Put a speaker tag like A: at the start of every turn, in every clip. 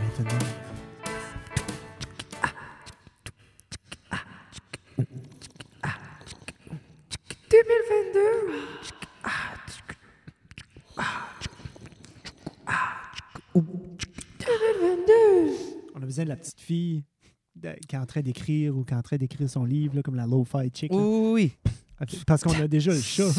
A: maintenant. On a besoin de la petite fille de- qui est en train d'écrire ou qui est en train d'écrire son livre, là, comme la Lo-Fi Chick. là.
B: Oui, oui.
A: Parce qu'on a déjà le chat.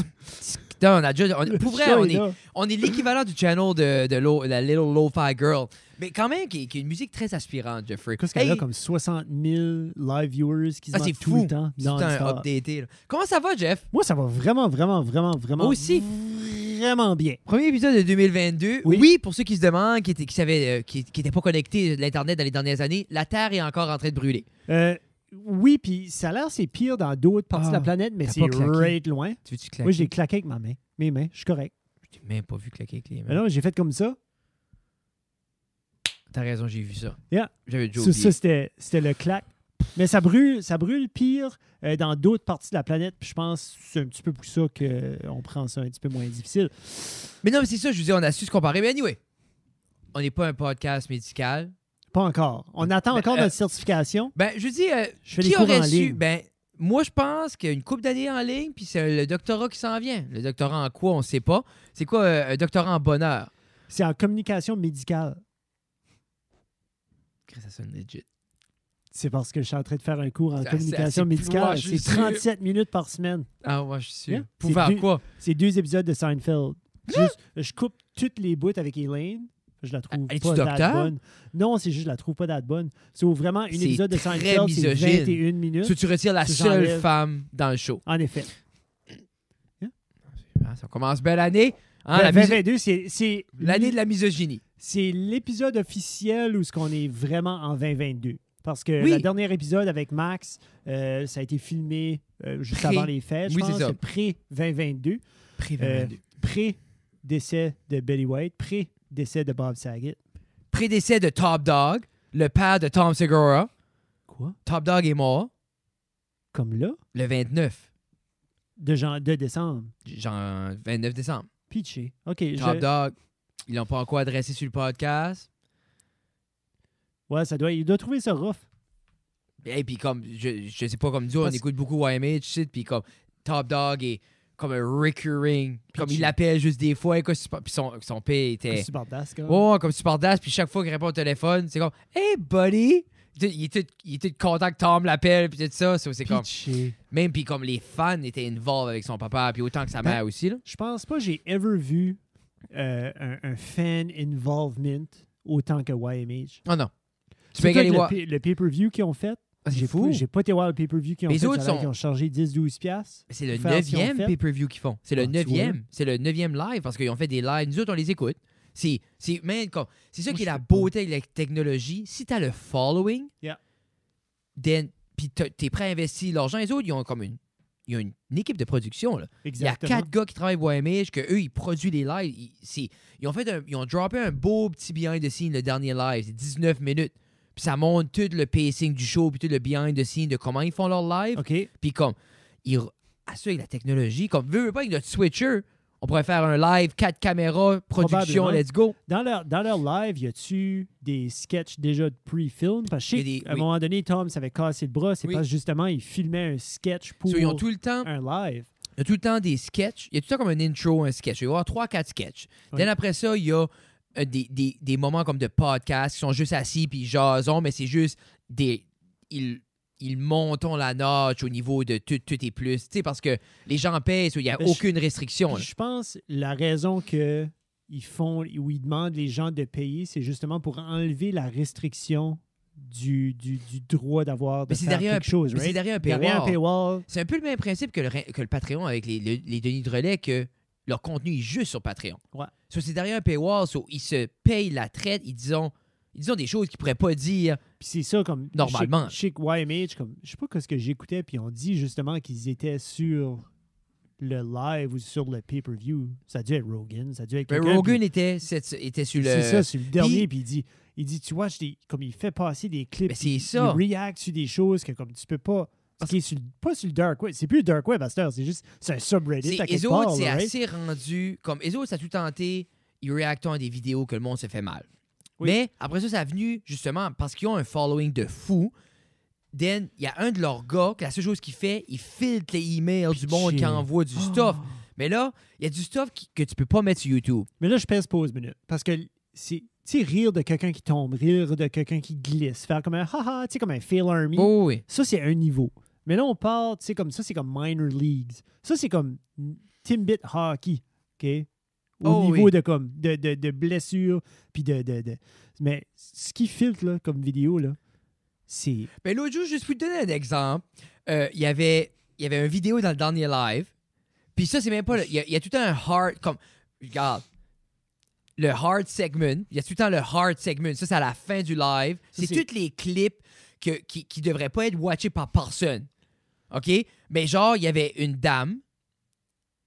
B: Non, on a déjà, on- pour vrai,
A: Le chat
B: on
A: est
B: est,
A: là.
B: on est l'équivalent du channel de, de lo- la Little Lo-Fi Girl. Mais quand même, qui, qui est une musique très aspirante, Jeffrey.
A: Qu'est-ce qu'elle a
B: Hey,
A: comme 60 000 live viewers qui se
B: Ah, c'est
A: mettent tout
B: fou.
A: le temps.
B: C'est tout un
A: non-stop.
B: updaté. là. Comment ça va, Jeff?
A: Moi, ça va vraiment, vraiment, vraiment, vraiment.
B: Moi aussi.
A: Vraiment bien.
B: Premier épisode de 2022.
A: Oui.
B: Oui, pour ceux qui se demandent, qui n'étaient qui savaient, euh, qui, qui étaient pas connectés à l'Internet dans les dernières années, la Terre est encore en train de brûler.
A: Euh, oui, puis ça a l'air c'est pire dans d'autres parties
B: Ah,
A: de la planète, mais
B: t'as
A: c'est
B: pas claqué.
A: right loin.
B: Tu veux-tu
A: Moi,
B: claquer?
A: j'ai claqué avec ma main. Mes mains, je suis correct.
B: J'ai même pas vu claquer avec les mains.
A: Mais là, j'ai fait comme ça.
B: T'as raison, j'ai vu ça.
A: Yeah.
B: J'avais déjà
A: Ça,
B: oublié.
A: ça, c'était c'était le clac. Mais ça brûle, ça brûle pire euh, dans d'autres parties de la planète. Puis je pense que c'est un petit peu pour ça qu'on prend ça un petit peu moins difficile.
B: Mais non, mais c'est ça, je vous dis, on a su se comparer. Mais anyway, on n'est pas un podcast médical.
A: Pas encore. On attend
B: Ben,
A: encore
B: euh,
A: notre certification.
B: Ben, je dis, euh,
A: Je fais des
B: qui
A: cours en
B: aurait su?
A: ligne.
B: Ben, moi, je pense qu'une coupe d'années en ligne, puis c'est le doctorat qui s'en vient. Le doctorat en quoi, on sait pas. C'est quoi euh, un doctorat en bonheur?
A: C'est en communication médicale.
B: Chris, Ça sonne legit.
A: C'est parce que je suis en train de faire un cours en
B: Ça-
A: communication
B: ça- c'est plus loin,
A: médicale.
B: je
A: C'est
B: suis sûr.
A: 37 minutes par semaine.
B: Ah, ouais, je suis sûr.
A: Yeah.
B: Pour
A: C'est
B: faire
A: deux-
B: quoi?
A: C'est deux épisodes de Seinfeld. Juste, je coupe toutes les bouts avec Elaine. Je la trouve
B: Ah, es-tu
A: pas
B: docteur?
A: date bonne. Non, c'est juste je la trouve pas date bonne. C'est vraiment un
B: C'est
A: épisode de
B: très
A: Seinfeld, c'est
B: misogyne.
A: 21 minutes.
B: Si tu retires la
A: Tu
B: seule
A: enlèves-
B: femme dans le show.
A: En effet.
B: Ah, Ça commence belle année. hein,
A: Ben,
B: la miso-
A: 2022, c'est- c'est
B: L'année de la misogynie.
A: c'est l'épisode officiel où ce qu'on est vraiment en 2022. Parce que
B: Oui.
A: le dernier épisode avec Max, euh, ça a été filmé euh, juste
B: Pré-
A: avant les fêtes, je
B: Oui, c'est
A: pense.
B: ça.
A: C'est pré-2022.
B: Pré-
A: Pré-décès de Betty White. Pré-décès de Bob Saget.
B: Prédécès de Top Dog, le père de Tom Segura.
A: Quoi?
B: Top Dog est mort
A: Comme là,
B: le 29,
A: de, jan- de décembre.
B: genre 29 décembre.
A: Pitché. OK. je-
B: Top Dog, ils l'ont pas encore adressé sur le podcast.
A: Ouais, ça doit, il doit trouver ça rough.
B: Et puis comme, je, je sais pas, comme nous, on
A: Parce-
B: écoute beaucoup YMH, shit, puis comme Top Dog est comme un recurring, comme
A: Pitché.
B: il l'appelle juste des fois, quoi, super- puis son, son père était...
A: C'est hein. bardasse, quand même.
B: Eh. Oh, Ouais, ouais, comme super d'as, puis chaque fois qu'il répond au téléphone, c'est comme Hey buddy! Tu- Il est tout, il est tout content que Tom l'appelle, puis tout ça. So, c'est comme,
A: Pitché.
B: même, puis comme les fans étaient involved avec son papa, puis autant que sa
A: Ben-
B: mère aussi. Là.
A: Je pense pas que j'ai ever vu euh, un, un fan involvement autant que YMH.
B: Oh non. Tu peux aller
A: Surtout avec le
B: voir.
A: pi- le pay-per-view qu'ils ont fait.
B: Ah, c'est
A: J'ai
B: fou.
A: pas- J'ai pas été voir le pay-per-view qu'ils ont
B: Les
A: fait.
B: autres
A: ça a l'air
B: sont-
A: qu'ils ont chargé 10-12 piastres.
B: C'est le
A: faire ce qu'ils ont
B: neuvième
A: fait.
B: pay-per-view qu'ils font. C'est le
A: Ah, tu vois.
B: neuvième. C'est le neuvième live parce qu'ils ont fait des lives. Nous autres, on les écoute. C'est c'est- man, comme- c'est ça
A: Moi,
B: qui est
A: je
B: la
A: fais pas.
B: beauté de la technologie. Si t'as le following,
A: Yeah.
B: then- puis t'as- t'es prêt à investir l'argent. Les autres, ils ont comme une, ils ont une, une équipe de production. Là. Il y a
A: Exactement.
B: quatre gars qui travaillent pour YMH, que eux, ils produisent les lives. Ils, c'est- ils ont fait un- ils ont droppé un beau petit behind the scene le dernier live. C'est 19 minutes. Puis ça montre tout le pacing du show, puis tout le behind the scene de comment ils font leur live.
A: OK.
B: Puis comme, ils re- à ça, avec la technologie, comme, veux, veux pas, avec notre switcher, on pourrait faire un live, quatre caméras, production,
A: Probablement.
B: let's go.
A: Dans leur, dans leur live, y a-tu des sketchs déjà de pre-film? Parce que je sais
B: Il y a des-
A: qu'à un
B: oui.
A: moment donné, Tom s'avait cassé le bras. C'est
B: Oui.
A: parce que justement, il filmait un sketch pour
B: So, ils ont tout le temps,
A: un live.
B: il y a tout le temps des sketchs. Il y a tout le temps comme un intro, un sketch. Il va y avoir trois, quatre sketchs.
A: Ouais.
B: Dès après ça, il y a euh, des, des- des moments comme de podcast qui sont juste assis puis ils jasons, mais c'est juste des. Ils, ils montent la notch au niveau de tout, tout et plus. Tu sais, parce que les gens payent, so il n'y a
A: Ben, je-
B: aucune restriction.
A: Puis
B: là.
A: je pense la raison que ils font ou ils demandent les gens de payer, c'est justement pour enlever la restriction du, du, du droit d'avoir de
B: Mais c'est
A: faire
B: derrière un-
A: quelque chose,
B: Mais c'est
A: right?
B: derrière un
A: Derrière un
B: paywall.
A: paywall,
B: C'est un peu le même principe que le, re- que le Patreon avec les, les, les Denis de relais que leur contenu est juste sur Patreon.
A: Ouais.
B: So, c'est derrière un paywall, so, ils se payent la traite, ils disons, ils disons des choses qu'ils pourraient pas dire.
A: puis c'est ça comme
B: Normalement.
A: Chic YMH, comme je sais pas ce que j'écoutais, puis on dit justement qu'ils étaient sur le live ou sur le pay-per-view. Ça a dû être Rogan, ça a dû être.
B: Mais
A: quelqu'un,
B: Ben, Rogan était, cette- était sur
A: puis-
B: le.
A: C'est ça, c'est le dernier, puis il dit, il dit, tu vois, je t'ai- comme il fait passer des clips
B: Mais Ben, c'est
A: il
B: ça.
A: react sur des choses que comme tu peux pas. Parce qu'il est sur le- pas sur le dark web. C'est plus le dark web à cette heure, C'est juste, c'est un subreddit
B: C'est-
A: à
B: Les
A: quelque part.
B: autres, c'est
A: là, right?
B: assez rendu. Comme les autres, ça a tout tenté, ils réactent à des vidéos que le monde se fait mal.
A: Oui.
B: Mais après ça, ça a venu justement parce qu'ils ont un following de fou. Then, il y a un de leurs gars que la seule chose qu'il fait, il filtre les emails du monde qui
A: Pitché.
B: envoie du stuff.
A: Oh.
B: Mais là, il y a du stuff qui- que tu peux pas mettre sur YouTube.
A: Mais là, je pèse pause minute. Parce que c'est. Tu sais, rire de quelqu'un qui tombe, rire de quelqu'un qui glisse, faire comme un haha, tu sais, comme un fail army.
B: Oh, oui.
A: Ça, c'est un niveau. Mais là, on parle, tu sais, comme ça, c'est comme minor leagues. Ça, c'est comme Timbit hockey, OK? Au
B: Oh,
A: niveau
B: oui.
A: de, comme, de, de, de blessures, puis de, de, de- Mais ce qui filtre, là, comme vidéo, là, c'est...
B: Mais l'autre jour, juste pour te donner un exemple, euh, il y avait il y avait une vidéo dans le dernier live. Puis ça, c'est même pas. le- Il y, a- il y a tout le temps un hard. Comme, regarde. Le hard segment. Il y a tout le temps le hard segment. Ça, c'est à la fin du live.
A: Ça,
B: C'est
A: c'est-
B: tous les clips que, qui, qui devraient pas être watchés par personne. OK? Mais genre, il y avait une dame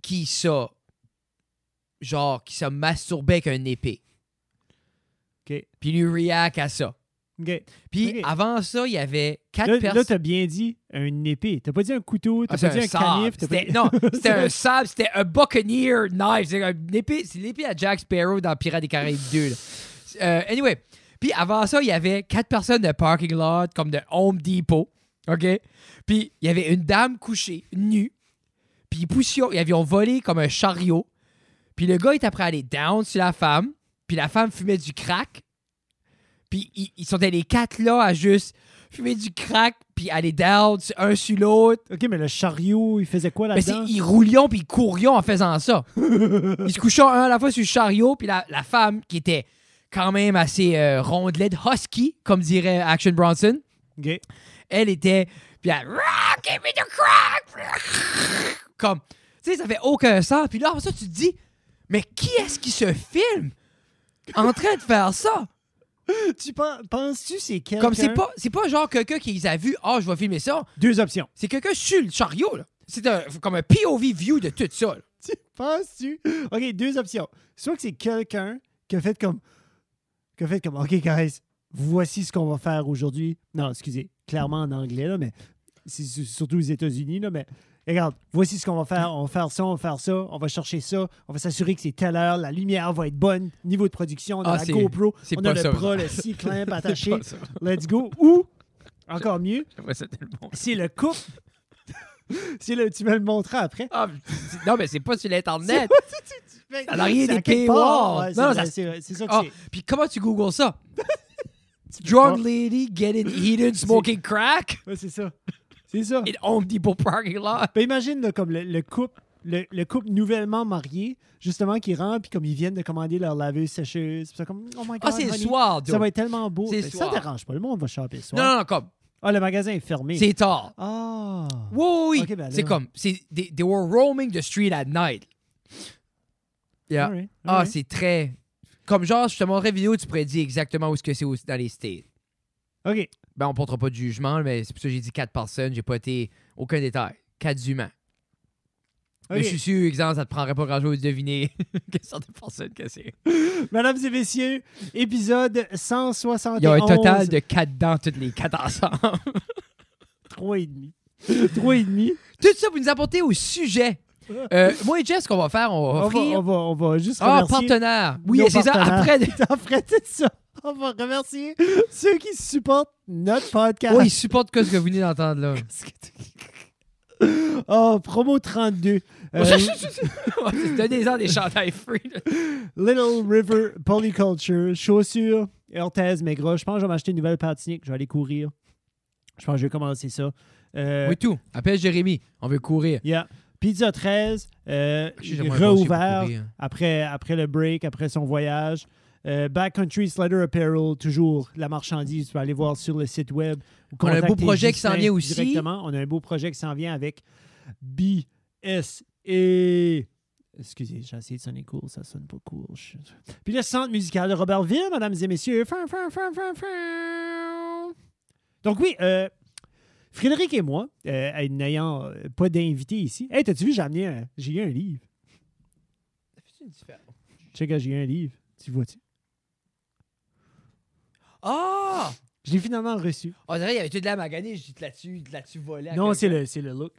B: qui ça. Genre, qui se masturbait avec un épée.
A: OK.
B: Puis lui react à ça.
A: OK.
B: Puis
A: Ok.
B: avant ça, il y avait quatre
A: Là, là
B: personnes.
A: t'as bien dit un épée. T'as pas dit un couteau, t'as
B: Ah,
A: pas
B: c'est
A: dit
B: un
A: un
B: sabre.
A: canif. t'as pas
B: C'était-
A: dit-
B: Non, c'était un sabre, c'était un Buccaneer knife. C'est une épée- c'est l'épée à Jack Sparrow dans Pirates des Caraïbes 2. là. Euh, anyway, puis avant ça, il y avait quatre personnes de parking lot, comme de Home Depot. OK? Puis il y avait une dame couchée, nue. Puis ils poussaient, ils avaient volé comme un chariot. Puis le gars est après aller down sur la femme. Puis la femme fumait du crack. Puis ils, ils sont allés les quatre là à juste fumer du crack, puis aller down sur- un sur l'autre.
A: OK, mais le chariot, il faisait quoi
B: Mais c'est,
A: là-dedans?
B: ils roulions puis ils courions en faisant ça. ils se couchaient un à la fois sur le chariot, puis la, la femme qui était quand même assez euh, rondelette, husky, comme dirait Action Bronson,
A: OK.
B: elle était. Puis elle. Rah, give me the crack! Comme. Tu sais, ça fait aucun sens. Puis là, après ça, tu te dis, mais qui est-ce qui se filme en train de faire ça?
A: Tu pen- penses-tu c'est quelqu'un...
B: Comme c'est pas, c'est pas genre quelqu'un qui les a vus, ah, je vais filmer ça.
A: Deux options.
B: C'est quelqu'un sur le chariot, là. C'est un- comme un POV view de tout ça, là.
A: Tu penses-tu? OK, deux options. Soit que c'est quelqu'un qui a fait comme. qui a fait comme. OK, guys, voici ce qu'on va faire aujourd'hui. Non, excusez, clairement en anglais, là, mais c'est su- surtout aux États-Unis, là, mais. Regarde, voici ce qu'on va faire. On va faire ça, on va faire ça, on va chercher ça, on va s'assurer que c'est telle heure, la lumière va être bonne, niveau de production, on a
B: Ah,
A: la
B: c'est-
A: GoPro,
B: c'est
A: on
B: pas
A: a le
B: ça,
A: bras,
B: ça.
A: le C-clamp attaché,
B: C'est pas Ah, ça.
A: let's go. Ou, encore mieux,
B: J'aimerais ça tellement.
A: c'est le couple. c'est le, tu me le montreras après.
B: Ah, c'est- non, mais c'est pas sur l'Internet.
A: Ça
B: Elle a rien des paywalls. Non, ça-
A: c'est c'est ça que
B: Ah,
A: c'est.
B: puis comment tu googles ça?
A: Tu peux
B: Drunk
A: pas-
B: lady getting eaten smoking crack
A: Ouais, c'est ça. C'est ça.
B: in Home Depot parking lot.
A: Ben, imagine là, comme le, le couple. Le, le couple nouvellement marié, justement, qui rentre, puis comme ils viennent de commander leur laveuse sécheuse. puis ça, comme, oh my God,
B: Ah, c'est le
A: honey,
B: soir,
A: Ça
B: dude.
A: va être tellement beau.
B: C'est
A: Ben,
B: le
A: ça
B: soir.
A: dérange pas. Le monde va shopper le
B: Non,
A: soir.
B: non, non, comme,
A: Ah, le magasin est fermé.
B: c'est tard.
A: Ah.
B: Oui, oui, oui.
A: Ok, ben là.
B: c'est comme, c'est, they, they were roaming the street at night. Yeah.
A: Alright,
B: Ah,
A: alright.
B: c'est très. Comme genre, je te montrerai une vidéo, tu pourrais dire exactement où est-ce que c'est au- dans les States.
A: OK.
B: Ben, on portera pas de jugement, mais c'est pour ça que j'ai dit quatre personnes, j'ai pas été aucun détail. Quatre humains.
A: ok.
B: Mais je suis sûr, exemple, ça te prendrait pas grand-chose de deviner quelle sorte de personne que c'est.
A: Mesdames et messieurs, épisode 171.
B: Il y a un total de 4 dents, toutes les 4 ensemble.
A: 3,5. 3,5.
B: Tout ça pour nous apporter au sujet. Euh, moi et Jess, ce qu'on va faire, on va
A: On va,
B: offrir...
A: on, va, on va juste
B: Ah,
A: remercier
B: partenaire! Oui,
A: nos
B: c'est ça,
A: partenaires.
B: après...
A: Après tout ça, on va remercier ceux qui supportent notre podcast.
B: Oh, ils supportent que ce que vous venez d'entendre, là.
A: Qu'est-ce que t'as- Oh, promo 32.
B: Oh,
A: euh,
B: Donnez-en des chandails free. là.
A: Little River Polyculture, chaussures, Orthez, Maigrat. Je pense que je vais m'acheter une nouvelle paire de sneakers. Je vais aller courir. Je pense que je vais commencer ça. Euh,
B: Oui, tout. Appelle Jérémy. On veut courir. Ah,
A: yeah. Pizza 13, euh,
B: Je sais, j'aimerais un bon
A: réouvert
B: chier pour courir.
A: après, après le break, après son voyage. Euh, Backcountry Slider Apparel, toujours la marchandise. Tu peux aller voir sur le site web. ou
B: On a un beau
A: contacter
B: projet qui s'en
A: Justin
B: vient aussi.
A: Directement. On a un beau projet qui s'en vient avec BSE. Excusez, j'ai essayé de sonner cool, ça sonne pas cool. Je- Puis le centre musical de Robertville, mesdames et messieurs. Fin, fin, fin, fin, fin. Donc oui, euh, Frédéric et moi, euh, euh, n'ayant euh, pas d'invité ici, hey, t'as-tu vu, j'ai amené un- j'ai eu un livre. Check, gars, j'ai eu un livre. Tu vois-tu?
B: Ah!
A: Je l'ai finalement reçu.
B: On dirait qu'il y avait tout de la maganée. Je dis, te l'as-tu te l'as-tu volé? à
A: Non,
B: quelqu'un?
A: c'est le, c'est le look.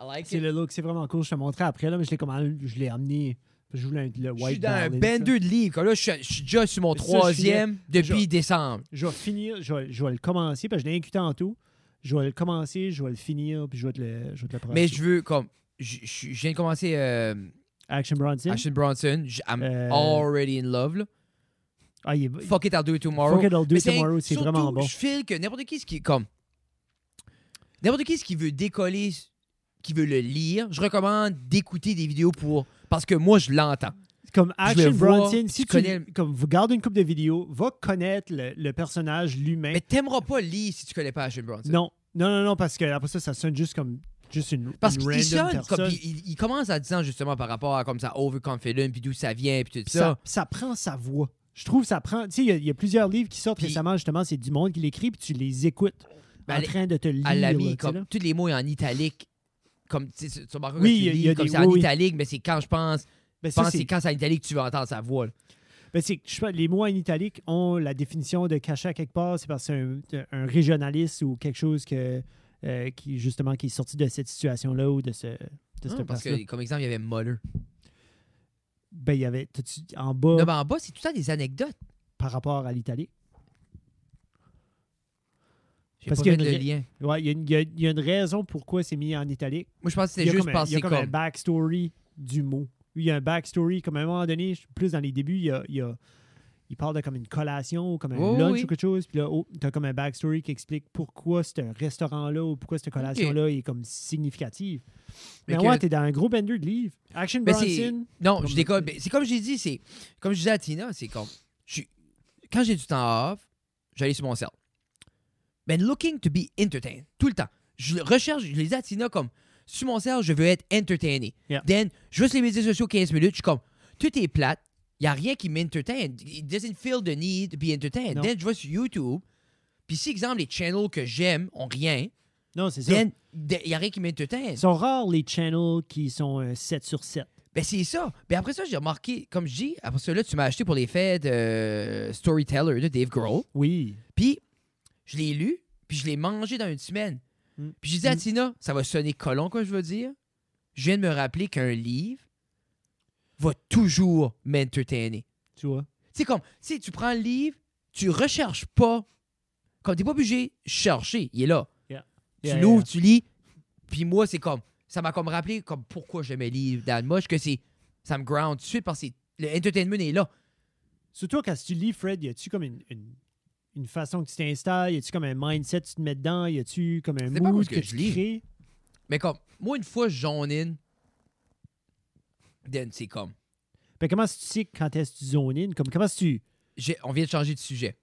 B: I like
A: C'est
B: it.
A: le look. C'est vraiment cool. Je te montrerai après, là, mais je l'ai, comment, je l'ai amené. Je voulais un- le
B: Je suis
A: white
B: dans un
A: balance,
B: ben
A: ça.
B: 2 de livres. Là, je suis- je suis déjà sur mon
A: Ça, je
B: troisième depuis
A: je-
B: décembre.
A: Je vais finir, je vais, je vais le commencer, parce que je l'ai incuté en tout. Je vais le commencer, je vais le finir, puis je vais te le, je vais te le prendre.
B: Mais je veux, comme, je, je- je viens de commencer euh,
A: Action Bronson.
B: Ashton Bronson. Je- I'm
A: Euh,
B: already in love. là.
A: Ah, il est...
B: Fuck it, I'll do it tomorrow.
A: Fuck it, I'll do
B: Mais
A: it tomorrow, c'est
B: surtout,
A: vraiment bon.
B: Je file que n'importe qui ce qui est comme n'importe qui ce qui veut décoller, qui veut le lire, je recommande d'écouter des vidéos pour parce que moi je l'entends.
A: Comme Action
B: vais voir,
A: Bronson,
B: tu
A: si tu
B: connais le-
A: comme vous gardez une coupe de vidéos, va connaître le, le personnage lui-même.
B: Mais t'aimeras pas lire si tu connais pas Ashton Bronson.
A: Non, non, non, non, parce que après ça, ça sonne juste comme juste une,
B: Parce
A: une
B: qu'il
A: random
B: sonne
A: personne.
B: comme il, il- il commence en disant justement par rapport à comme ça overconfident puis d'où ça vient puis tout
A: Puis
B: ça.
A: ça, ça prend sa voix. Je trouve ça prend. Tu sais, il y a- il y, a plusieurs livres qui sortent
B: Puis-
A: récemment, justement, c'est du monde qui l'écrit, puis tu les écoutes
B: Ben,
A: en
B: elle-
A: train de te lire.
B: à
A: là,
B: l'ami
A: tu sais,
B: comme
A: là.
B: tous les mots en italique comme tu sais, tu remarques quand
A: Oui,
B: tu
A: il y a-
B: lis,
A: il y a
B: comme
A: des-
B: c'est en
A: oui, oui.
B: italique mais c'est quand je pense
A: Ben,
B: je
A: ça,
B: pense
A: c'est-
B: c'est quand c'est en italique que tu vas entendre sa voix. là.
A: ben, c'est- je sais pas, les mots en italique ont la définition de caché à quelque part, c'est parce que c'est un, un régionaliste ou quelque chose que, euh, qui, justement, qui est sorti de cette situation-là ou de ce. De
B: Hein,
A: cette
B: parce
A: place-là.
B: que comme exemple il y avait Moller.
A: Ben, il y avait tout de suite en bas
B: Non, mais en bas c'est tout le temps des anecdotes.
A: par rapport à l'italique.
B: J'ai
A: Parce
B: pas
A: qu'il y
B: fait
A: a
B: le
A: une-
B: lien.
A: Ouais, il y, a une- il y a- il y a une raison pourquoi c'est mis en italique.
B: Moi, je pense que
A: Il y
B: c'est
A: a
B: juste
A: comme un-
B: parce
A: Il y
B: que
A: a comme un
B: comme.
A: backstory du mot. Il y a un backstory, comme à un moment donné, je- plus dans les débuts, il y a. il y a- il parle de comme une collation ou comme un
B: Oh Oui,
A: lunch
B: oui.
A: ou quelque chose. Puis là, oh, t'as comme un backstory qui explique pourquoi ce restaurant-là ou pourquoi cette collation-là est comme significative. Mais
B: Mais
A: ouais,
B: que-
A: t'es dans un gros bender de livres. Action
B: Ben, c'est-
A: Bronson.
B: Non, je
A: Comme-
B: décolle. Mais C'est comme j'ai dit, c'est. Comme je disais à Tina, c'est comme. je suis- Quand j'ai du temps off, j'allais sur mon cell. Ben, looking to be entertained. Tout le temps. Je le recherche, je les dis à Tina comme. Sur mon cell, je veux être entertainé.
A: Yeah.
B: Then, je veux sur les médias sociaux 15 minutes, je suis comme. Tout est plate. Il n'y a rien qui m'entertain. It doesn't feel the need to be entertained.
A: Non.
B: Then, je vais sur YouTube. Puis si, exemple, les channels que j'aime ont rien,
A: Non, c'est ça.
B: then, il n'y a rien qui m'entertain.
A: Ils sont rares les channels qui sont un 7 sur 7.
B: Ben, c'est ça. Ben, après ça, j'ai remarqué, comme je dis, après ça, là, tu m'as acheté pour les fêtes euh, Storyteller de Dave Grohl.
A: Oui.
B: Puis, je l'ai lu, puis je l'ai mangé dans une semaine.
A: Mm.
B: Puis, j'ai dit à
A: Mm.
B: Tina, ça va sonner colon, quoi, je veux dire. Je viens de me rappeler qu'un livre va toujours m'entertainer.
A: Tu vois.
B: Tu sais, comme, tu sais, tu prends le livre, tu recherches pas. Comme, t'es pas obligé de chercher, il est là. Tu
A: Yeah,
B: l'ouvres, tu lis. Puis moi, c'est comme. Ça m'a comme rappelé comme pourquoi j'aimais lire Dan Moche, que c'est. Ça me ground tout de suite parce que le entertainment est là.
A: Surtout quand tu lis Fred, y a-tu comme une, une, une façon que tu t'installes? Y a-tu comme un mindset que tu te mets dedans? Y a-tu comme un
B: C'est pas
A: mood
B: parce
A: que,
B: que je
A: tu
B: lis.
A: crées?
B: Mais comme, moi, une fois, je zone in. Then, c'est comme.
A: Ben, comment est-ce que tu sais quand est-ce que tu zones in? Comme, comment est-ce que tu...
B: j'ai- On vient de changer de sujet.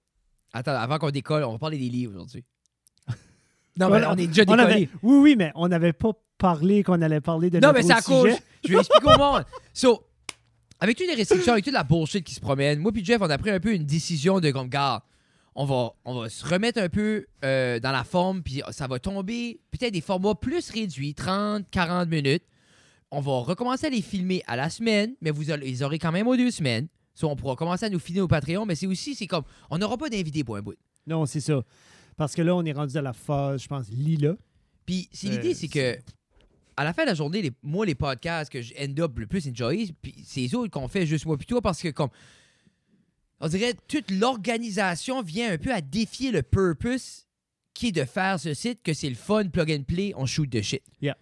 B: Attends, avant qu'on décolle, on va parler des livres aujourd'hui. Non, mais
A: Voilà.
B: on est déjà
A: On
B: décollé.
A: avait- Oui, oui, mais on n'avait pas parlé qu'on allait parler de
B: Non,
A: notre
B: mais ça
A: autre sujet.
B: cause. Je vais expliquer au monde. So, avec toutes les restrictions, avec toute la bullshit qui se promène, moi puis Jeff, on a pris un peu une décision de comme, garde, on va, on va se remettre un peu euh, dans la forme, puis ça va tomber peut-être des formats plus réduits, 30, 40 minutes. On va recommencer à les filmer à la semaine, mais vous aurez, les aurez quand même aux deux semaines. So, on pourra commencer à nous filer au Patreon, mais c'est aussi, c'est comme, on n'aura pas d'invité pour un bout.
A: Non, c'est ça. Parce que là, on est rendu à la phase, je pense, lila.
B: Puis c'est
A: Euh,
B: l'idée, c'est que à la fin de la journée, les- moi, les podcasts que je end up le plus enjoy, puis c'est les autres qu'on fait juste moi puis toi parce que comme on dirait toute l'organisation vient un peu à défier le purpose qui est de faire ce site que c'est le fun plug and play, on shoot de shit.
A: Yeah.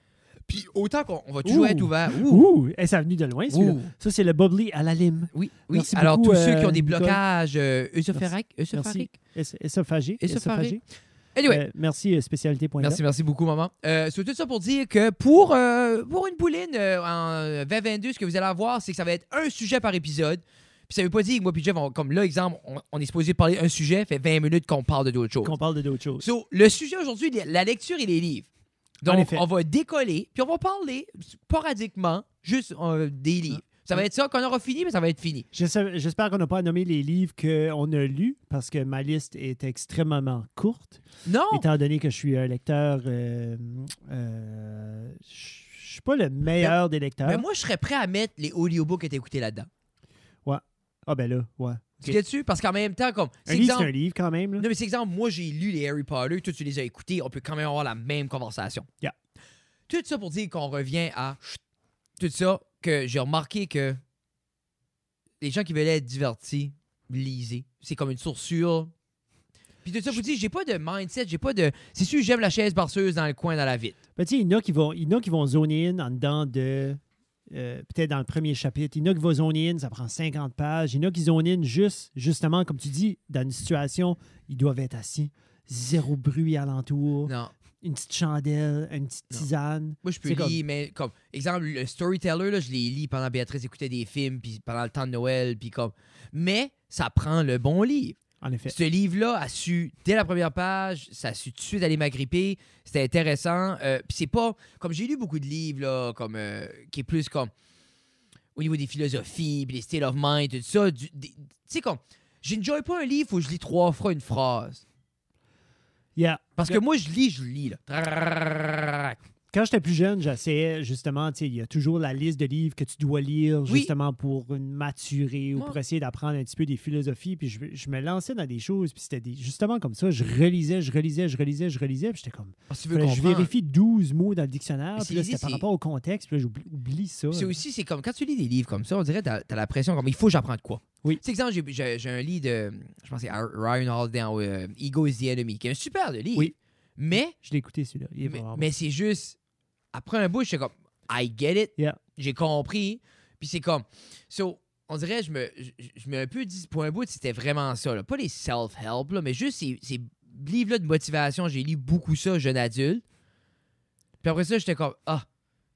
B: Puis autant qu'on on va toujours
A: Ouh.
B: être ouvert. Ouh.
A: Ouh! Eh, ça a venu de loin, celui-là.
B: Ouh.
A: Ça, c'est le bubbly à la lime.
B: Oui, oui.
A: Merci
B: Alors
A: beaucoup,
B: tous ceux qui
A: euh,
B: ont des
A: Nicole.
B: blocages euh, œsophériques,
A: Merci.
B: œsophériques.
A: Es- Esophagé.
B: Esophagé.
A: Esophagé.
B: Anyway,
A: Euh, merci, euh, spécialité.com.
B: Merci, merci beaucoup, maman. Euh, c'est tout ça pour dire que pour, euh, pour une bouline euh, en 2022, ce que vous allez avoir, c'est que ça va être un sujet par épisode. Puis ça veut pas dire que moi puis Jeff, on- comme là, exemple, on, on est supposé parler un sujet, fait 20 minutes qu'on parle de d'autres choses.
A: Qu'on parle de d'autres choses.
B: So, le sujet aujourd'hui, la- la lecture et les livres.
A: En
B: Donc,
A: effet.
B: on va décoller, puis on va parler sporadiquement juste euh, des livres. Ça va être ça qu'on aura fini, mais ça va être fini.
A: Je sais- J'espère qu'on n'a pas nommé les livres qu'on a lus parce que ma liste est extrêmement courte,
B: Non!
A: étant donné que je suis un lecteur. euh, euh, je je suis pas le meilleur des lecteurs.
B: Mais Ben, moi, je serais prêt à mettre les audiobooks que t'as écoutés là-dedans.
A: ah, ben là, ouais.
B: Tu là-dessus? Parce qu'en même temps, comme.
A: Un
B: c'est
A: livre,
B: exemple-
A: c'est un livre quand même. là.
B: Non, mais c'est exemple, moi j'ai lu les Harry Potter, toi tu les as écoutés, on peut quand même avoir la même conversation.
A: Yeah.
B: Tout ça pour dire qu'on revient à chut, tout ça, que j'ai remarqué que les gens qui veulent être divertis, lisez. C'est comme une source sûre. Puis tout ça, je vous dis, j'ai pas de mindset, j'ai pas de. C'est sûr, j'aime la chaise barceuse dans le coin, dans la vitre.
A: Ben, tu sais, il y en a qui vont, il y en a qui vont zoner in en dedans de. euh, Peut-être dans le premier chapitre. Il y en a qui vont zoner in, ça prend 50 pages. Il y en a qui zonent in juste, justement, comme tu dis, dans une situation, ils doivent être assis. Zéro bruit alentour,
B: Non.
A: une petite chandelle, une petite
B: Non.
A: tisane.
B: Moi, je peux
A: C'est
B: lire,
A: comme-
B: mais comme, exemple, le storyteller, là, je les lis pendant Béatrice écoutait des films, puis pendant le temps de Noël, puis comme. Mais ça prend le bon livre.
A: En effet.
B: Ce livre-là a su, dès la première page, ça a su tout de suite aller m'agripper. C'était intéressant. Euh, Puis c'est pas. Comme j'ai lu beaucoup de livres, là, comme. euh, qui est plus comme. Au niveau des philosophies, puis les styles of mind, tout ça. du- des- Tu sais, comme. J'enjoy pas un livre où je lis trois fois une phrase.
A: Yeah.
B: Parce que moi, je lis, je lis, là. Trrrrrrrrrrrrrrrrrrrrrrrrrrrrrrrrrrrrrrrr.
A: Quand j'étais plus jeune, j'essayais justement, tu sais, il y a toujours la liste de livres que tu dois lire
B: Oui.
A: justement pour une maturer ou
B: Ouais.
A: pour essayer d'apprendre un petit peu des philosophies. Puis je, je me lançais dans des choses, puis c'était des- justement comme ça. Je relisais, je relisais, je relisais, je relisais, puis j'étais comme.
B: Parce que tu veux
A: Fallait que je
B: comprendre.
A: vérifie 12 mots dans le dictionnaire,
B: Mais
A: puis là,
B: c'est-
A: c'était par
B: c'est-
A: rapport au contexte, puis là, j'oublie oublie ça.
B: C'est aussi, c'est comme quand tu lis des livres comme ça, on dirait que t'as, t'as la pression comme il faut que j'apprends de quoi.
A: Oui.
B: Tu sais, exemple, j'ai, j'ai- j'ai un livre de, je pense que c'est Ryan Holiday en euh, Ego is the Enemy, qui est un super de livre.
A: Oui.
B: Mais,
A: Je l'ai écouté, celui-là. Il est
B: mais,
A: vraiment
B: mais c'est juste, après un bout, je suis comme, I get it.
A: Yeah.
B: J'ai compris. Puis c'est comme, so, on dirait, je me, je, je me un peu dit pour un bout, c'était vraiment ça. là. Pas les self-help, là, mais juste ces, ces livres-là de motivation, j'ai lu beaucoup ça jeune adulte. Puis après ça, j'étais comme, ah,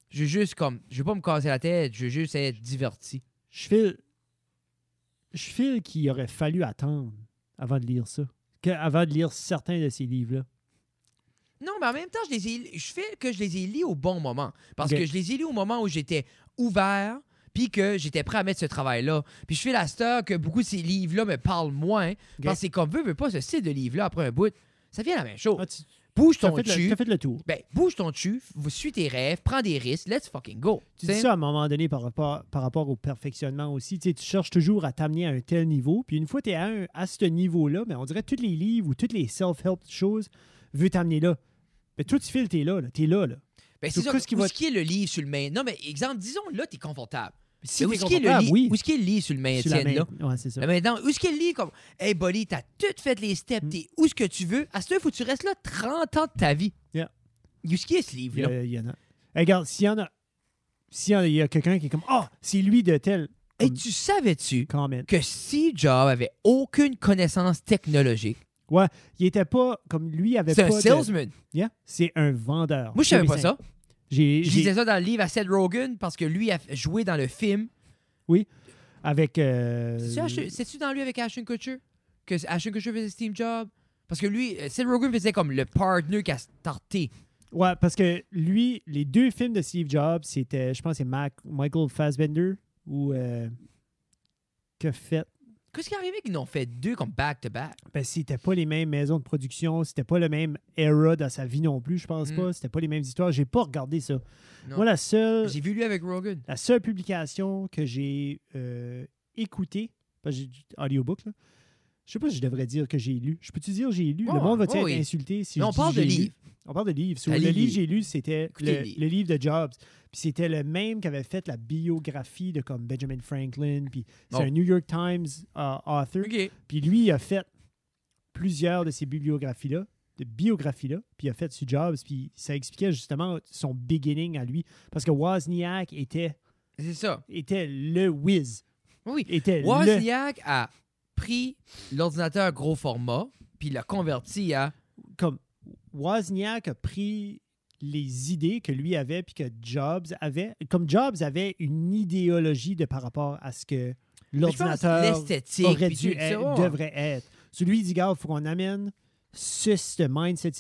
B: je veux juste comme, je veux pas me casser la tête, je veux juste être diverti.
A: bon. Je file, je file qu'il aurait fallu attendre avant de lire ça, que- avant de lire certains de ces livres-là.
B: Non, mais en même temps, je les ai, je fais que je les ai lis au bon moment. Parce
A: Ok.
B: que je les ai lis au moment où j'étais ouvert, puis que j'étais prêt à mettre ce travail-là. Puis je fais la star que beaucoup de ces livres-là me parlent moins. Parce que c'est comme veut, veut pas ce style de livre-là après un bout. Ça vient à la même chose.
A: Ah, tu
B: Bouge
A: as
B: ton
A: fait, le-
B: cul.
A: t'as fait le tour.
B: Ben, bouge ton cul, f- suis tes rêves, prends des risques, let's fucking go.
A: Tu dis
B: T'sais?
A: ça à un moment donné par rapport, par rapport au perfectionnement aussi. Tu, sais, tu cherches toujours à t'amener à un tel niveau. Puis une fois que tu es à, un- à ce niveau-là, mais on dirait que tous les livres ou toutes les self-help choses veulent t'amener là. Mais toi, tu files, t'es là, là. T'es là, là.
B: Ben,
A: sur
B: c'est ça.
A: qu'est-ce qui
B: Où
A: va-
B: est-ce qu'il y a le livre sur le main? Non, mais exemple, disons, là, t'es confortable.
A: Si
B: Mais où
A: t'es
B: est-ce qu'il y a le
A: confortable,
B: lit-
A: oui.
B: où est-ce qu'il y a le livre sur le main,
A: sur la
B: Étienne, là?
A: main. Ouais, c'est ça.
B: Mais maintenant, où est-ce qu'il lit comme Hey, Bolly, t'as tout fait les steps,
A: Mm.
B: t'es où ce que tu veux. À ce heure, faut que tu restes là 30 ans de ta vie.
A: Yeah.
B: Où est-ce qu'il y a ce
A: Il y,
B: livre-là?
A: a- il y en a. Hey, regarde, s'il y en a. S'il y en a, il y a quelqu'un qui est comme Ah, c'est lui de tel
B: Et
A: comme-
B: tu savais-tu
A: comment.
B: que Steve Jobs avait aucune connaissance technologique?
A: Ouais, il était pas. Comme lui avait
B: C'est
A: pas.
B: un
A: de-
B: salesman.
A: Yeah, c'est un vendeur.
B: Moi, je savais
A: Pur et
B: pas
A: simple.
B: ça.
A: J'ai,
B: Je
A: j'ai-
B: disais ça dans le livre à Seth Rogen parce que lui a joué dans le film.
A: Avec. euh,
B: C'est-tu Ash- C'est-tu dans lui avec Ashton Kutcher? Que Ashton Kutcher faisait Steve Jobs? Parce que lui, euh, Seth Rogen faisait comme le partner qui a starté.
A: Ouais, parce que lui, les deux films de Steve Jobs, c'était, je pense, c'est Mac- Michael Fassbender ou. euh, que fait.
B: Qu'est-ce qui est arrivé qu'ils n'ont fait deux comme back-to-back?
A: Ben, c'était pas les mêmes maisons de production, c'était pas le même era dans sa vie non plus, je pense
B: Mm.
A: pas. C'était pas les mêmes histoires. J'ai pas regardé ça.
B: Non.
A: Moi, la seule.
B: J'ai vu lui avec Rogan.
A: La seule publication que j'ai euh, écoutée, parce que j'ai du audiobook, là. je sais pas si je devrais dire que j'ai lu. Je peux-tu dire j'ai lu?
B: Ouais,
A: le monde va-tu
B: ouais,
A: être
B: Oh, oui.
A: insulté si
B: Mais
A: je
B: on
A: dis
B: parle de
A: j'ai lu?
B: livres.
A: On parle de livres. So,
B: Allez,
A: le livre
B: livre.
A: que j'ai lu, c'était
B: Écoutez
A: le,
B: le livre.
A: le livre de Jobs. Puis c'était le même qui avait fait la biographie de comme Benjamin Franklin. Puis c'est
B: Bon.
A: un New York Times euh, author.
B: OK.
A: Puis lui, il a fait plusieurs de ces bibliographies-là, de biographies-là, puis il a fait sur Jobs, puis ça expliquait justement son beginning à lui. Parce que Wozniak était,
B: C'est ça.
A: était le whiz.
B: Oui.
A: Était le...
B: Wozniak a pris l'ordinateur gros format, puis l'a converti à.
A: Comme Wozniak a pris les idées que lui avait, puis que Jobs avait. Comme Jobs avait une idéologie de par rapport à ce que
B: Mais je pense
A: l'ordinateur
B: l'esthétique,
A: aurait
B: puis
A: dû
B: tout ça,
A: être,
B: ouais.
A: devrait être. Celui dit, gars, il faut qu'on amène ce, ce mindset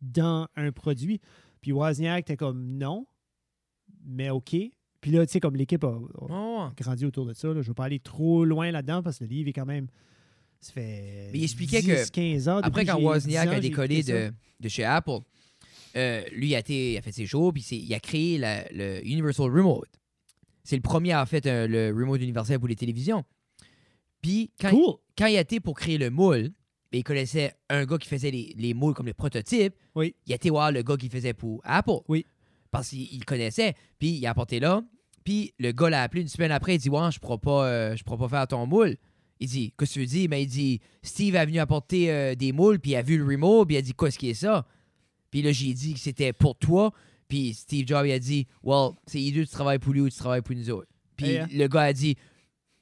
A: dans un produit. Puis Wozniak était comme non, mais OK. Puis là, tu sais, comme l'équipe a, a
B: Oh.
A: grandi autour de ça, là, je ne veux pas aller trop loin là-dedans parce que le livre est quand même. Ça fait.
B: Mais il expliquait que
A: 10, 15 ans.
B: Après,
A: depuis
B: quand
A: que j'ai 10
B: Wozniak
A: ans,
B: a
A: j'ai
B: décollé
A: écouté ça.
B: de, de chez Apple, euh, lui, il a, été- il a fait ses shows, puis c'est- il a créé la- le Universal Remote. C'est le premier à avoir fait euh, le remote universel pour les télévisions. Puis, quand,
A: Cool!
B: quand il a été pour créer le moule, ben, il connaissait un gars qui faisait les, les moules comme les prototypes.
A: Oui.
B: Il a été voir le gars qui faisait pour Apple.
A: Oui.
B: Parce qu'il il le connaissait. Puis il a apporté là. Puis le gars l'a appelé une semaine après, il dit Ouais, je pourrais pas, euh, je pourrais pas faire ton moule. Il dit Qu'est-ce que tu veux dire Mais il dit Steve est venu apporter euh, des moules, puis il a vu le remote, puis il a dit Qu'est-ce qui est ça Puis là, j'ai dit que c'était pour toi. Puis Steve Jobs, il a dit Well, c'est either tu travailles pour lui ou tu travailles pour nous autres. Puis
A: Yeah.
B: le gars a dit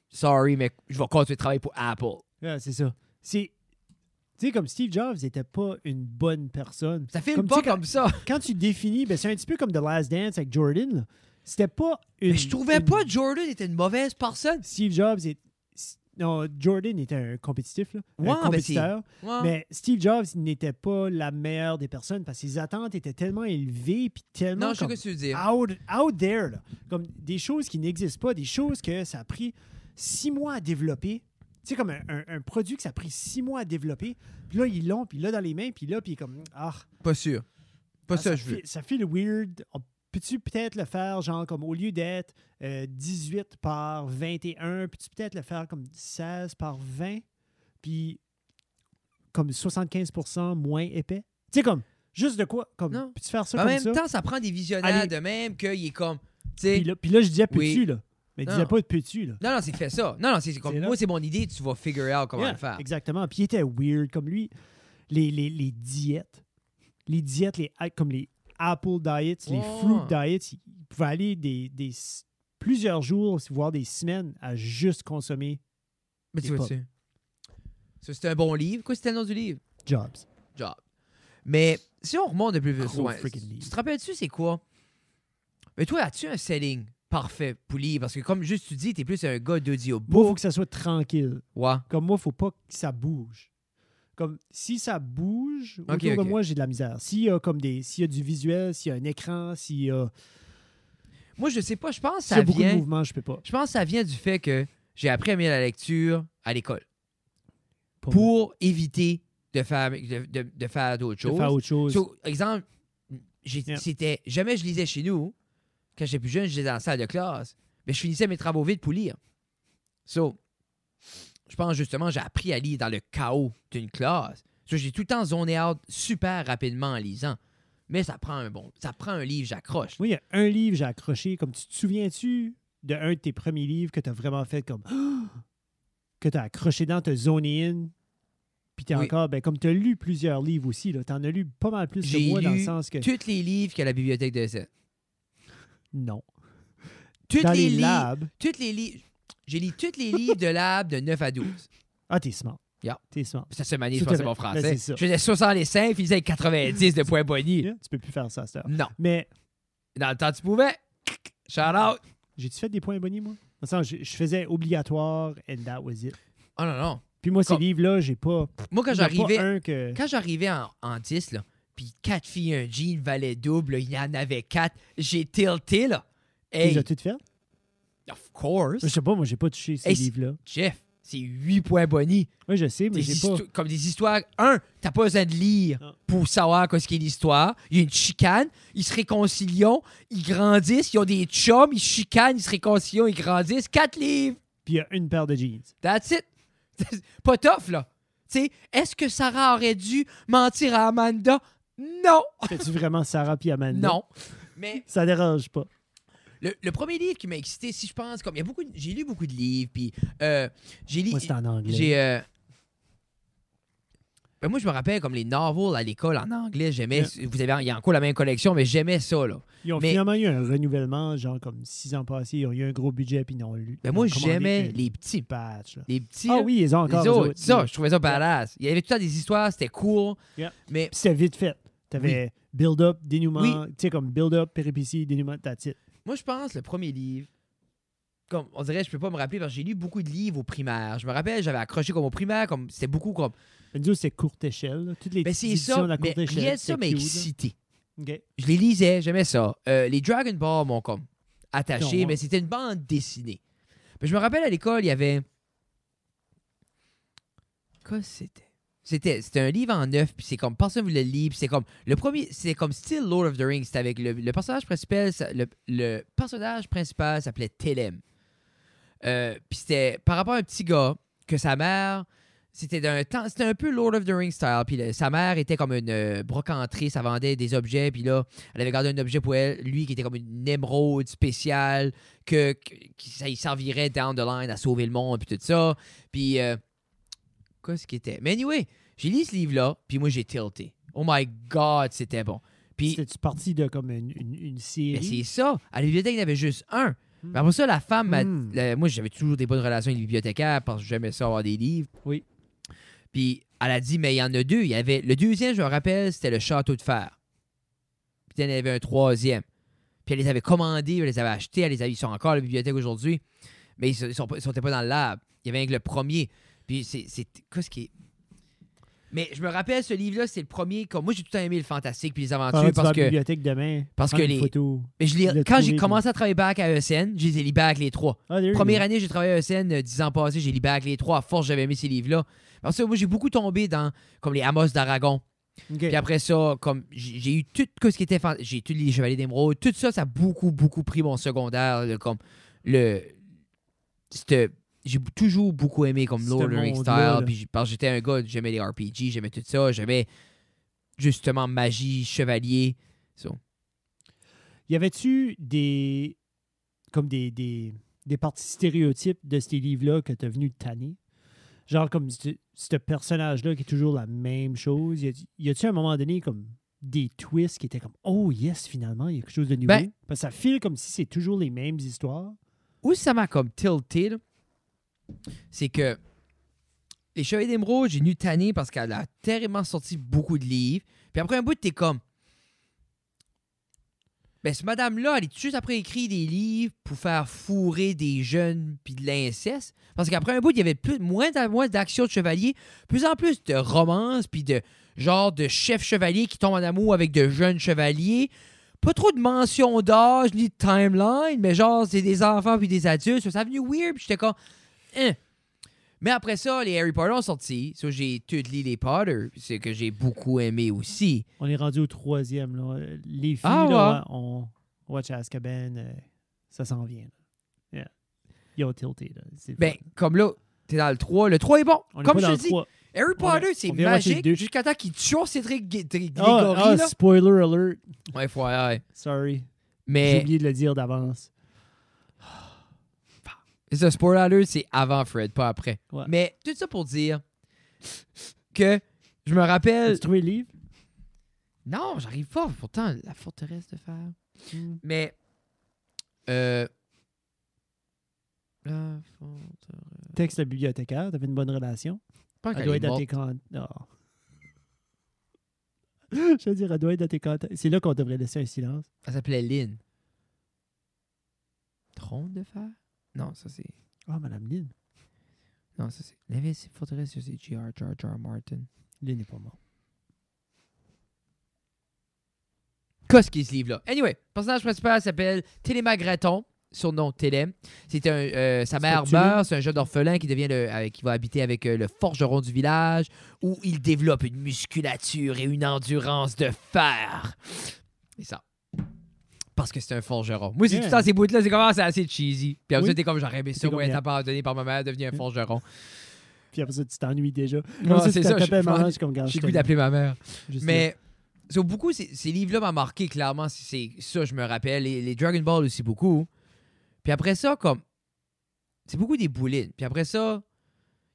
B: Sorry, mais je vais continuer de travailler pour Apple.
A: Ouais, c'est ça. C'est. Tu sais, comme Steve Jobs n'était pas une bonne personne.
B: Ça filme
A: Comme tu
B: pas
A: sais,
B: comme ça.
A: Quand tu définis, ben, c'est un petit peu comme The Last Dance avec Jordan. là. C'était pas une.
B: Mais je trouvais
A: une-
B: pas Jordan était une mauvaise personne.
A: Steve Jobs est. Non, Jordan était un compétitif, là,
B: Ouais, ben,
A: un
B: c'est-
A: compétiteur.
B: Ouais.
A: Mais Steve Jobs n'était pas la meilleure des personnes parce que ses attentes étaient tellement élevées puis tellement
B: non, je sais
A: comme Ah.
B: ce que tu veux dire.
A: out, out there, là. comme des choses qui n'existent pas, des choses que ça a pris six mois à développer. Tu sais, comme un, un- un produit que ça a pris six mois à développer. Puis là, ils l'ont, puis là, dans les mains, puis là, puis comme, ah,
B: Pas sûr. Pas
A: ah,
B: ça, je
A: fait-
B: veux.
A: Ça fait le weird. On- Peux-tu peut-être le faire, genre, comme au lieu d'être euh, 18 par 21, peux-tu peut-être le faire comme 16 par 20, puis comme 75 moins épais? Tu sais, comme, juste de quoi? Comme,
B: Non.
A: peux-tu faire ça
B: En
A: comme
B: même
A: ça?
B: temps, ça prend des visionnaires
A: Allez.
B: de même qu'il est comme. tu sais,
A: puis, là, puis là, je disais
B: Oui. Ah.
A: peux-tu, là. Mais je disais
B: Non.
A: pas de peux-tu, là.
B: Non, non, c'est fait ça. Non, non, c'est c'est comme.
A: C'est là.
B: Moi, c'est mon idée, tu vas figure out comment
A: Yeah,
B: le faire.
A: Exactement. Puis il était weird, comme lui, les, les, les diètes, les diètes, les, comme les apple diets, les
B: Ouais.
A: fruit diets, il pouvait aller des, des, plusieurs jours, voire des semaines, à juste consommer
B: Mais
A: c'est
B: tu vois,
A: pas-
B: tu sais. Ça, c'était un bon livre. Quoi, c'était le nom du livre?
A: jobs.
B: Job. Mais si on remonte de plus
A: Gros
B: loin,
A: freaking
B: tu
A: livre.
B: te rappelles-tu, c'est quoi? Mais toi, as-tu un selling parfait pour livre? Parce que comme juste tu dis, t'es plus un gars
A: Moi, il faut
B: d'audiobook.
A: que ça soit tranquille.
B: Ouais.
A: Comme moi, faut pas que ça bouge. Comme si ça bouge,
B: Ok,
A: autour
B: ok.
A: de moi, j'ai de la misère. S'il y a comme des. S'il y a du visuel, s'il y a un écran, s'il y a,
B: Moi, je sais pas, je pense que
A: s'il y
B: ça
A: a beaucoup de
B: vient.
A: mouvements, je peux pas.
B: Je pense que ça vient du fait que j'ai appris à aimer la lecture à l'école
A: Pour,
B: pour éviter de faire, de, de- de faire d'autres
A: de
B: choses.
A: faire autre chose.
B: So, exemple, j'ai-
A: Yeah.
B: c'était jamais je lisais chez nous. Quand j'étais plus jeune, j'étais dans la salle de classe. Mais je finissais mes travaux vite pour lire. So, je pense justement, j'ai appris à lire dans le chaos d'une classe. So, j'ai tout le temps zoné out super rapidement en lisant. Mais ça prend un bon, ça prend un livre, j'accroche.
A: Moi, il y a un livre j'ai accroché. Comme tu te souviens-tu de un de tes premiers livres que tu as vraiment fait comme que tu as accroché dans, te zoné in, puis t'es
B: Oui.
A: encore ben comme tu as lu plusieurs livres aussi là, t'en as lu pas mal plus que
B: J'ai
A: moi dans le
B: lu
A: sens que
B: Tous les livres que la bibliothèque de Sète.
A: non.
B: Tous
A: dans
B: les,
A: les,
B: livres,
A: labs,
B: toutes les livres. J'ai lu tous les livres de lab de 9 à 12.
A: ah t'es smart.
B: Yeah.
A: T'es smart.
B: Ça se manie, je
A: Tout à
B: pensais
A: fait.
B: mon
A: Ben,
B: français.
A: c'est ça.
B: Je faisais 65, il faisait 90 de points bonnie.
A: Yeah, Tu peux plus faire ça à cette heure.
B: Non.
A: Mais
B: Dans le temps, tu pouvais. Shout out.
A: j'ai-tu fait des points bonnies, moi? Dans le sens, je, je faisais obligatoire and that was it.
B: Oh non, non.
A: Puis moi, ces
B: Comme-
A: livres-là, j'ai pas.
B: Moi, quand
A: il y en a pas
B: j'arrivais
A: un que.
B: quand j'arrivais en, en 10, là, puis quatre filles, un jean valait double, il y en avait quatre, j'ai tilté, là.
A: Ils
B: Hey,
A: ont tout fait?
B: of course.
A: Je sais pas, moi, j'ai pas touché ces
B: Hey, c'est-
A: livres-là.
B: Jeff, c'est 8 points bonnie.
A: Oui, je sais, mais
B: Des
A: j'ai pas.
B: histo- Comme des histoires. Un, t'as pas besoin de lire
A: Non.
B: pour savoir qu'est-ce qu'est l'histoire. Il y a une chicane, ils se réconcilient, ils grandissent, ils ont des chums, ils chicanent, ils se réconcilient, ils grandissent. Quatre livres!
A: Puis il y a une paire de jeans.
B: That's it. pas tough, là. Tu sais, est-ce que Sarah aurait dû mentir à Amanda? Non!
A: T'as-tu vraiment Sarah puis Amanda?
B: Non. Mais
A: Ça dérange pas.
B: le, le premier livre qui m'a excité, si je pense, comme il y a beaucoup, de- j'ai lu beaucoup de livres, puis euh, j'ai lu,
A: Moi, c'est en anglais.
B: j'ai, euh, ben, moi je me rappelle comme les novels à l'école en anglais, j'aimais, vous avez, il y a encore la même collection, mais j'aimais ça là.
A: Ils ont
B: mais-
A: finalement eu un renouvellement, genre comme six ans passés, ils ont eu un gros budget puis ils ont lu.
B: Ben, moi
A: ils ont commandé
B: j'aimais
A: une
B: les petits,
A: patch. là.
B: les petits,
A: Ah
B: là,
A: oui, ils ont
B: les
A: encore. eux
B: autres,
A: autres.
B: ça,
A: Oui.
B: je trouvais ça badass. Il y avait tout le temps des histoires, c'était cool,
A: Yeah.
B: mais
A: Puis C'était vite fait. T'avais build-up, dénouement,
B: Oui.
A: tu sais, comme build-up, péripétie, dénouement, that's it.
B: Moi, je pense le premier livre. Comme, on dirait, je peux pas me rappeler parce que j'ai lu beaucoup de livres au primaire. Je me rappelle, j'avais accroché comme au primaire, comme c'était beaucoup comme.
A: Mais disons, c'est courte échelle. là. Toutes
B: Mais
A: les petites
B: Ben, c'est
A: éditions
B: ça,
A: de la
B: mais
A: courte échelle.
B: rien de ça
A: c'était
B: m'a
A: cute, là.
B: excité.
A: OK.
B: Je les lisais, j'aimais ça. Euh, les Dragon Ball m'ont comme attaché,
A: Non, ouais.
B: mais c'était une bande dessinée. Mais je me rappelle à l'école, il y avait. Qu'est-ce que c'était? C'était, c'était un livre en neuf, puis c'est comme, personne ne voulait le lire, puis c'est comme, le premier, c'est comme Still Lord of the Rings, c'était avec le, le personnage principal, ça- le, le personnage principal s'appelait Telem. Euh, puis c'était par rapport à un petit gars que sa mère C'était d'un temps, c'était un peu Lord of the Rings style. Puis le- sa mère était comme une euh, brocantrice, elle vendait des objets. Puis là, elle avait gardé un objet pour elle, lui qui était comme une émeraude spéciale que, que- qui- ça y servirait down the line à sauver le monde puis tout ça. Puis euh, qu'est-ce qu'il était Mais anyway, j'ai lu ce livre là, puis moi j'ai tilté. Oh my god, c'était bon. Puis
A: C'était-tu parti de comme une, une- une
B: ben,
A: série?
B: c'est ça. À la bibliothèque, il y en avait juste un.
A: Hmm.
B: Mais après ça, la femme m'a.
A: Hmm.
B: la- moi, j'avais toujours des bonnes relations avec les bibliothécaires parce que j'aimais ça avoir des livres.
A: Oui.
B: Puis elle a dit, mais il y en a deux. Il y avait le deuxième, je me rappelle, c'était le château de fer. Puis il y en avait un troisième. Puis elle les avait commandés, elle les avait achetés, elle les avait, ils sont encore à la bibliothèque aujourd'hui. Mais ils ne sont, pas- ils sont pas dans le lab. Il y avait rien que le premier. Puis c'est. c'est- Qu'est-ce qui est. Mais je me rappelle, ce livre-là, c'est le premier. Comme... Moi, j'ai tout le temps aimé le fantastique puis les
A: Ah,
B: aventures
A: tu vas
B: parce
A: à la
B: que.
A: bibliothèque demain.
B: parce
A: prendre
B: que
A: une
B: les-
A: photo.
B: Mais je l'ai-
A: Il l'a
B: quand
A: trouvé,
B: j'ai
A: lui.
B: commencé à travailler back à ESN, j'ai les libérés avec les trois.
A: Ah, there you go.
B: Première année, j'ai travaillé à ESN, euh, 10 ans passés, j'ai libéré avec les trois. À force, j'avais aimé ces livres-là. Parce que moi, j'ai beaucoup tombé dans comme les Amos d'Aragon.
A: Ok.
B: Puis après ça, comme j'ai j'ai eu tout ce qui était. fan- J'ai tout les Chevaliers d'Émeraude. Tout ça, ça a beaucoup, beaucoup pris mon secondaire. là, comme le. c'était- J'ai b- toujours beaucoup aimé comme
A: Ce
B: Lord of the Rings
A: monde-là,
B: Style.
A: là.
B: Puis j- parce que j'étais un gars, j'aimais les RPG, j'aimais tout ça. J'aimais justement magie, chevalier. So,
A: Y avait-tu des. comme des, des, des parties stéréotypes de ces livres-là que t'es venu tanner? Genre comme ce ce personnage-là qui est toujours la même chose. Y a- Y a-tu à un moment donné comme des twists qui étaient comme Oh yes, finalement, il y a quelque chose de nouveau?
B: Ben-
A: Parce que ça file comme si c'est toujours les mêmes histoires.
B: où ça m'a comme tilté, là, c'est que les Chevaliers d'Émeraude, j'ai nu tanné parce qu'elle a terriblement sorti beaucoup de livres. Puis après un bout, t'es comme. Ben, cette madame-là, elle est juste après écrit des livres pour faire fourrer des jeunes puis de l'inceste. Parce qu'après un bout, il y avait plus, moins d'a- moins d'actions de chevaliers, plus en plus de romances puis de genre de chef chevalier qui tombe en amour avec de jeunes chevaliers. Pas trop de mention d'âge ni de timeline, mais genre, c'est des enfants puis des adultes. Ça, Ça a venu weird, puis j'étais comme. Hein. Mais après ça, les Harry Potter ont sorti. Ça, j'ai tout lu les Potter, c'est que j'ai beaucoup aimé aussi.
A: On est rendu au troisième. Là. Euh, Les filles,
B: Ah,
A: là, on Watch Azkaban, euh, ça s'en vient. là. Yeah. Ils ont tilté. Là. C'est
B: Ben,
A: fun.
B: comme là, t'es dans le 3. Le 3 est bon.
A: On est
B: comme
A: pas
B: je
A: dans
B: te
A: le
B: dis,
A: trois.
B: Harry
A: On a-
B: Potter, c'est
A: on vient watcher le
B: magique
A: deux.
B: jusqu'à temps qu'il tue Cédric Gui- Gri-
A: Ah,
B: Grégory.
A: ah,
B: là.
A: spoiler alert.
B: Ouais, FYI.
A: Sorry. J'ai
B: Mais
A: oublié de le dire d'avance.
B: ce spoiler alert, c'est avant Fred, pas après.
A: Ouais.
B: Mais tout ça pour dire que je me rappelle.
A: As-tu trouvé le livre?
B: Non, j'arrive pas. Pourtant, la forteresse de fer.
A: Hmm.
B: Mais. Euh. La forteresse.
A: Texte la bibliothécaire, t'avais une bonne relation.
B: Pas
A: Elle
B: qu'elle
A: doit
B: Ah, est
A: être dans
B: morte.
A: tes contacts. Je veux dire, elle doit être dans tes contacts. C'est là qu'on devrait laisser un silence.
B: Elle s'appelait Lynn. Trône de fer? Non, ça c'est.
A: Ah, Madame Lynn.
B: Non, ça c'est. L'invincible forteresse, ça, c'est J.R. Jar Jar Martin.
A: Lynn n'est pas morte.
B: Qu'est-ce qu'il ce livre-là? Anyway, le personnage principal s'appelle Téléma Graton, surnom Télém. C'est un, euh, sa
A: C'est
B: mère
A: pas tué.
B: meurt, c'est un jeune orphelin qui devient le, euh, qui va habiter avec euh, le forgeron du village où il développe une musculature et une endurance de fer. Et ça. Parce que c'est un forgeron. Moi, c'est
A: Yeah.
B: tout le temps ces bouts-là, c'est comment c'est assez cheesy. Puis après
A: Oui.
B: ça, t'es comme j'aurais aimé ça,
A: T'es
B: moi,
A: comme, Ah,
B: être
A: yeah.
B: abandonné par ma mère, devenir un forgeron.
A: Puis après ça, tu t'ennuies déjà. Comme
B: Ah,
A: ça,
B: c'est
A: tu
B: ça, je-
A: t'appelles
B: je-
A: maman, je suis comme garde,
B: J'ai
A: je
B: le goût
A: t'aime.
B: d'appeler ma mère.
A: Juste là.
B: Mais so, beaucoup, ces, ces livres-là m'ont marqué clairement. C'est c'est ça, je me rappelle. Les, les Dragon Ball aussi beaucoup. Puis après ça, comme. C'est beaucoup des boulines. Puis après ça,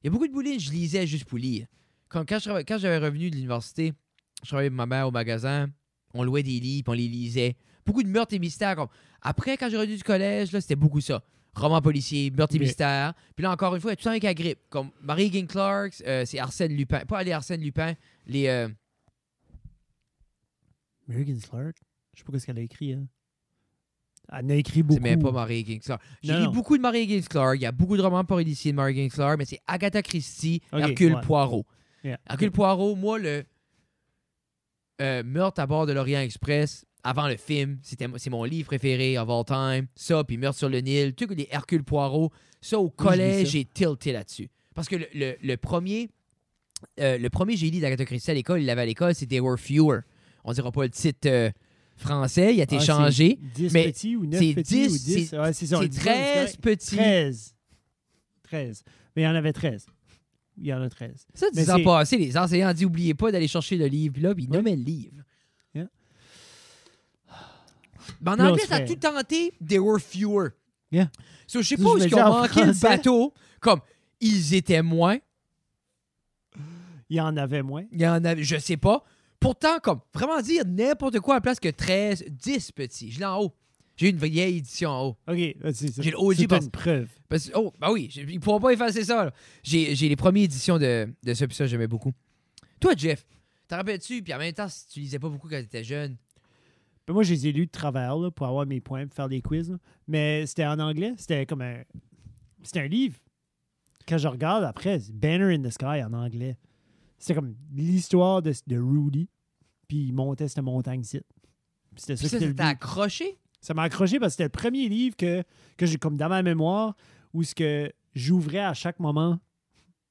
B: il y a beaucoup de boulines, je lisais juste pour lire. Quand, quand, je trava- quand j'avais revenu de l'université, je travaillais avec ma mère au magasin, on louait des livres, puis on les lisait. Beaucoup de meurtres et mystères. Comme. Après, quand j'ai revenu du collège, là, c'était beaucoup ça. Romans policiers, meurtres et
A: Mais-
B: mystères. Puis là, encore une fois, il y a tout ça avec la grippe. Comme Marie Ging Clark, euh, c'est Arsène Lupin. Pas les Arsène Lupin, les. euh,
A: Megan Clark, je sais pas ce qu'elle a écrit. hein. Elle en a écrit
B: C'est
A: beaucoup.
B: même pas Marie Higgins Clark. J'ai
A: Non,
B: lu
A: non.
B: beaucoup de Marie Higgins Clark. Il y a beaucoup de romans par ici de Marie Higgins Clark, mais c'est Agatha Christie,
A: Ok,
B: Hercule
A: ouais.
B: Poirot.
A: Yeah.
B: Hercule Poirot, moi, le euh, Meurtre à bord de l'Orient Express, avant le film, c'était c'est mon livre préféré of all time. Ça, puis Meurtre sur le Nil, tout les Hercule Poirot. Ça, au
A: je lis
B: collège,
A: ça.
B: j'ai tilté là-dessus. Parce que le, le- le premier, euh, le premier j'ai lu d'Agatha Christie à l'école, il l'avait à l'école, c'était There Were Fewer. On dira pas le titre euh, français, il a été
A: Ah, c'est
B: changé.
A: 10
B: mais
A: petits ou 9
B: c'est
A: petits
B: 10,
A: ou 10. Ouais, ça, on
B: C'est
A: dit ça, correct.
B: 13 petits.
A: 13. 13. Mais il y en avait 13. il y en a 13.
B: Ça,
A: Mais
B: 10 ans
A: c'est-
B: passés, les enseignants ont dit oubliez pas d'aller chercher le livre. Puis là, puis ils
A: Ouais.
B: nommaient le livre.
A: Yeah.
B: Mais en
A: Là, on
B: anglais,
A: se
B: ça a
A: fait-
B: tout tenté. There were fewer.
A: Yeah.
B: So, je sais
A: Ça,
B: pas
A: je
B: où
A: me
B: ils
A: dis
B: ont
A: en
B: manqué le
A: français.
B: bateau. Comme, ils étaient moins.
A: Il y en avait moins.
B: Il y en avait, je sais pas. Pourtant, comme, vraiment dire n'importe quoi à la place que 13, 10 petits. Je l'ai en haut. J'ai une vieille édition en haut.
A: OK, c'est ça.
B: J'ai le OG
A: C'est
B: parce-
A: une preuve.
B: Parce que, oh, bah oui, j'ai- ils pourront pas effacer ça. là. J'ai j'ai les premières éditions de, de ça, puis ça, j'aimais beaucoup. Toi, Jeff, t'en rappelles-tu? Puis en même temps, si tu lisais pas beaucoup quand t'étais jeune.
A: Ben, moi, je les ai lus de travers là, pour avoir mes points, pour faire des quiz. là. Mais c'était en anglais. C'était comme un. C'était un livre. Quand je regarde après, c'est Banner in the Sky en anglais. C'était comme l'histoire de, de Rudy. Puis il montait cette montagne-ci.
B: Puis
A: C'était ça
B: ça,
A: que c'était le
B: c'était
A: but.
B: accroché?
A: Ça m'a accroché parce que c'était le premier livre que, que j'ai comme dans ma mémoire où ce que j'ouvrais à chaque moment.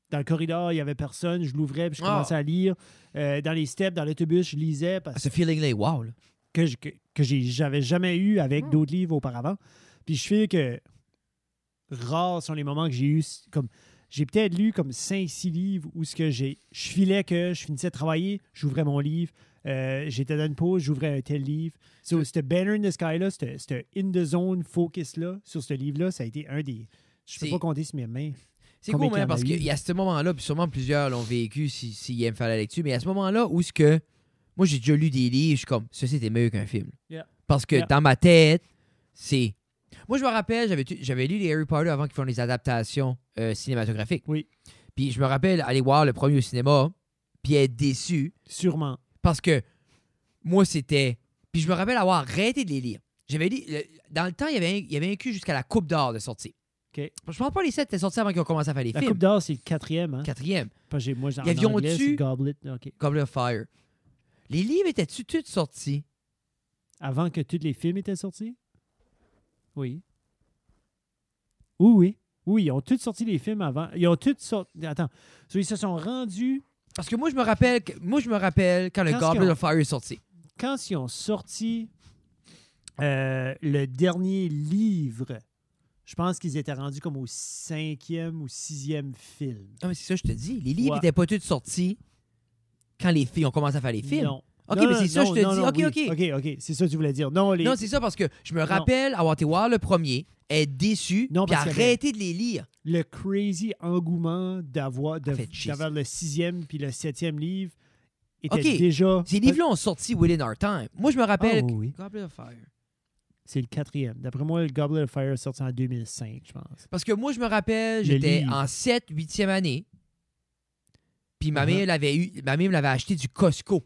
A: Dans le corridor, il n'y avait personne, je l'ouvrais puis je
B: Ah.
A: commençais à lire. Euh, dans les steps, dans l'autobus, je lisais parce
B: Ce feeling-là est wow, là.
A: que je- que, que j'ai- j'avais jamais eu avec
B: Mm.
A: d'autres livres auparavant. Puis je fais que rares sont les moments que j'ai eu s- comme j'ai peut-être lu comme 5 6 livres où ce que j'ai je filais que je finissais de travailler, j'ouvrais mon livre, euh, j'étais dans une pause, j'ouvrais un tel livre. So, c'était Banner in the Sky là, c'était c'était in the zone focus là sur ce livre là, ça a été un des je peux
B: C'est-
A: pas compter sur mes mains.
B: C'est
A: Combien
B: cool,
A: qu'il y
B: hein,
A: en
B: parce
A: a eu?
B: qu'il y a ce moment-là, puis sûrement plusieurs l'ont vécu s'ils si, s'ils aiment faire la lecture, mais à ce moment-là où ce que. Moi, j'ai déjà lu des livres, je suis comme, ceci était mieux qu'un film.
A: Yeah.
B: Parce que
A: Yeah.
B: dans ma tête, c'est. Moi, je me rappelle, j'avais tu- j'avais lu les Harry Potter avant qu'ils font les adaptations euh, cinématographiques.
A: Oui.
B: Puis je me rappelle aller voir le premier au cinéma, puis être déçu,
A: Sûrement.
B: parce que moi, c'était. Puis je me rappelle avoir arrêté de les lire. J'avais lu. le- Dans le temps, il y avait un, il y avait un cul jusqu'à la Coupe d'Or de sortie.
A: OK.
B: Je pense pas les sept étaient sortis avant qu'ils ont commencé à faire les
A: La
B: films.
A: Coupe d'or c'est le quatrième hein.
B: Quatrième,
A: Parce que j'ai- moi j'en
B: Y avions-tu-
A: anglais, c'est Goblet. OK.
B: Goblet of Fire. Les livres étaient-tu tous sortis?
A: Avant que tous les films étaient sortis? Oui. Oui, oui. Oui, ils ont tous sorti les films avant. Ils ont tous sorti. Attends. So, ils se sont rendus.
B: Parce que moi, je me rappelle, que- moi, je me rappelle quand le
A: Quand est-ce
B: Goblet
A: qu'on-
B: of Fire est sorti.
A: Quand ils ont sorti euh, le dernier livre, je pense qu'ils étaient rendus comme au cinquième ou sixième film.
B: Ah, mais c'est ça, je te dis. Les livres
A: Ouais.
B: n'étaient pas tous sortis quand les filles ont commencé à faire les films.
A: Non.
B: OK,
A: Non,
B: mais c'est ça,
A: non,
B: je te
A: non,
B: dis.
A: non,
B: OK,
A: oui.
B: OK.
A: OK, OK. C'est ça que tu voulais dire. Non, les.
B: Non, c'est ça parce que je me rappelle avoir été voir le premier, être déçu,
A: Non,
B: puis
A: parce qu'il y
B: arrêter de les lire.
A: le crazy engouement d'avoir de-
B: Ah, fait chier.
A: d'avoir le sixième puis le septième livre était
B: OK.
A: déjà.
B: Ces livres-là ont sorti within our time. Moi, je me rappelle.
A: Ah,
B: que-
A: oui.
B: Goblet of Fire.
A: C'est le quatrième. D'après moi, le Goblet of Fire est sorti en 2005, je pense.
B: Parce que moi, je me rappelle,
A: Le
B: j'étais
A: livre.
B: en 7, 8e année. Puis ma
A: Uh-huh.
B: mère l'avait eu, ma mère me l'avait acheté du Costco.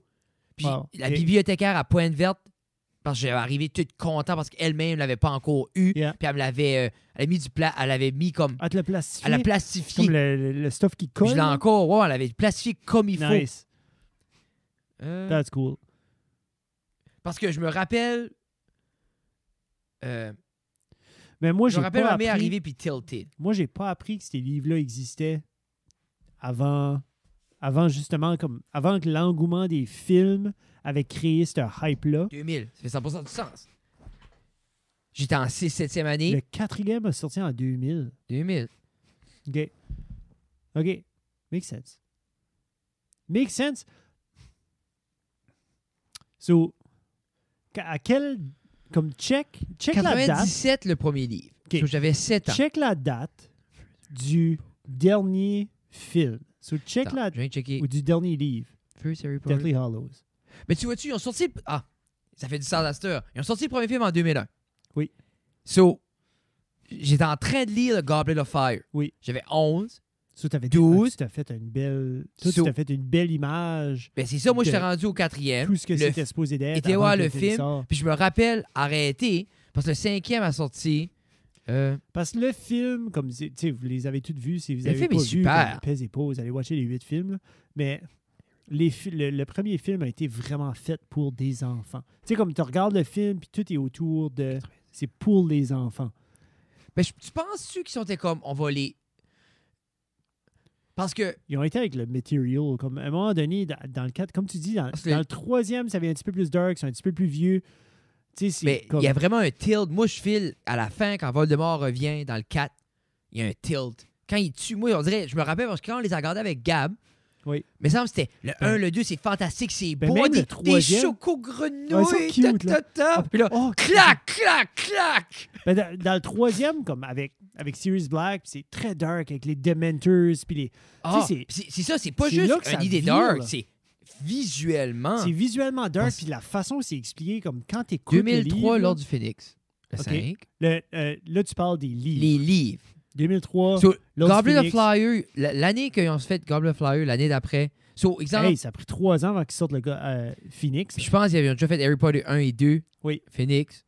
B: Puis
A: Wow,
B: la
A: ok.
B: bibliothécaire à Pointe Verte, parce que j'avais arrivé toute contente parce qu'elle-même l'avait pas encore eu.
A: Yeah.
B: Puis elle me l'avait euh, elle a mis du plat, elle avait mis comme
A: Ah, te le plastifié.
B: elle l'a
A: C'est
B: plastifié.
A: Comme le, le- le stuff qui
B: Puis
A: colle.
B: Je l'ai
A: là.
B: encore, ouais, elle l'avait plastifié comme il faut.
A: Nice.
B: Euh,
A: That's cool.
B: parce que je me rappelle euh,
A: Mais moi,
B: je
A: j'ai
B: me rappelle
A: pas
B: ma mère
A: appris...
B: arrivée puis tilted.
A: Moi, j'ai pas appris que ces livres-là existaient avant... Avant, justement, comme... Avant que l'engouement des films avait créé ce hype-là.
B: 2000, ça fait 100% du sens. J'étais en 6 7e année.
A: Le quatrième a sorti en 2000.
B: 2000.
A: OK. OK. Makes sense. Makes sense. So, qu- à quel... Comme check, check la date.
B: 97, le premier livre.
A: Ok.
B: So, J'avais 7 ans.
A: Check la date du dernier film. So, check
B: Attends,
A: la
B: Je viens de checker.
A: ou du dernier livre,
B: First Harry Potter.
A: Deathly Hollows.
B: Mais tu vois-tu, ils ont sorti. le- Ah, ça fait du sens à cette heure. Ils ont sorti le premier film en 2001.
A: Oui.
B: So, j'étais en train de lire le Goblet of Fire.
A: Oui.
B: J'avais 11.
A: So, t'avais
B: Douze.
A: Tu t'as fait une belle, toi,
B: So-
A: tu t'as fait une belle image,
B: Ben, c'est ça, moi, j'étais
A: De-
B: rendu au quatrième.
A: tout ce que
B: Le
A: c'était supposé d'être.
B: était
A: avant
B: voir
A: que
B: le film.
A: sorte.
B: Puis je me rappelle arrêter parce que le cinquième a sorti. euh,
A: Parce que le film, comme c'est- tu sais, vous les avez toutes vus, si vous
B: Le
A: avez
B: film
A: pas
B: est
A: vu,
B: super.
A: comme, pèse et pause, allez watcher les huit films. là. Mais les fi- le, le premier film a été vraiment fait pour des enfants. Tu sais, comme tu regardes le film, puis tout est autour de, c'est pour les enfants.
B: ben, je- tu penses-tu qu'ils sont été comme, on va les. Parce que
A: Ils ont été avec le material. Comme à un moment donné, dans, dans le 4, comme tu dis, dans,
B: Parce que-
A: dans le troisième, ça devient un petit peu plus dark, c'est un petit peu plus vieux. Tu sais,
B: Mais
A: c'est
B: il
A: comme.
B: y a vraiment un tilt. Moi, je file à la fin, quand Voldemort revient dans le 4, il y a un tilt. quand il tue, moi, on dirait, je me rappelle, parce que quand on les a regardés avec Gab,
A: Oui.
B: mais ça me semble que c'était le
A: Ben.
B: 1, le 2, c'est fantastique, c'est
A: Ben,
B: beau,
A: même
B: des,
A: le
B: des
A: troisième. Ouais,
B: chocogrenouilles,
A: ils sont cute,
B: ta, ta, ta.
A: Ah,
B: Puis là,
A: oh,
B: clac, clac, clac!
A: Ben, dans, dans le troisième, comme avec, avec Sirius Black, puis c'est très dark avec les Dementors, puis les.
B: Ah,
A: c'est-
B: c'est c'est ça, c'est pas
A: c'est
B: juste
A: là que ça
B: une idée
A: vire,
B: dark,
A: là.
B: c'est visuellement.
A: C'est visuellement dark,
B: Parce-
A: puis la façon où c'est expliqué, comme quand tu
B: 2003, l'Ordre du Phoenix. Le
A: Ok.
B: 5.
A: euh, là, tu parles des livres.
B: Les livres.
A: 2003,
B: So,
A: l'Ordre Ah, du
B: Goblet of
A: Phénix.
B: Fire, la- l'année qu'ils ont fait Goblet of Fire, l'année d'après. So, exemple,
A: Hey, ça a pris trois ans avant qu'ils sortent le gars euh, Phoenix.
B: je pense qu'ils avaient déjà fait Harry Potter 1 et 2.
A: Oui.
B: Phoenix.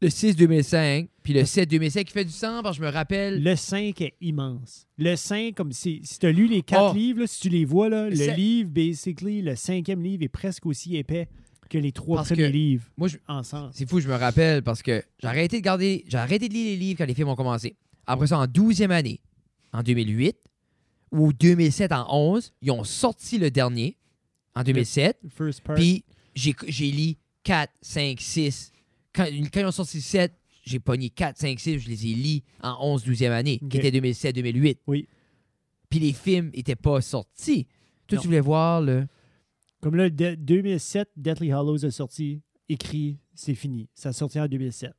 B: Le 6 2005, puis le 7 2005 qui fait du sang, parce que je me rappelle.
A: Le 5 est immense. Le 5, comme si, si tu as lu les quatre
B: Oh.
A: livres, là, si tu les vois, là, le
B: C'est-
A: livre, basically, le cinquième livre est presque aussi épais que les trois
B: Parce
A: premiers
B: que-
A: livres
B: Moi, je-
A: ensemble.
B: c'est fou, je me rappelle parce que j'ai arrêté de garder, j'ai arrêté de lire les livres quand les films ont commencé. Après ça, en 12e année, en 2008 ou 2007 en 11, ils ont sorti le dernier en 2007.
A: First part.
B: Puis j'ai j'ai lu 4, 5, 6. Quand, quand ils ont sorti le 7, j'ai pogné 4, 5, 6, je les ai lis en 11, 12e année, qui
A: Ok.
B: était 2007, 2008.
A: Oui.
B: Puis les films n'étaient pas sortis. Toi,
A: Non.
B: tu voulais voir le.
A: Comme là, de- 2007, Deathly Hollows a sorti, écrit, c'est fini. Ça a sorti en 2007.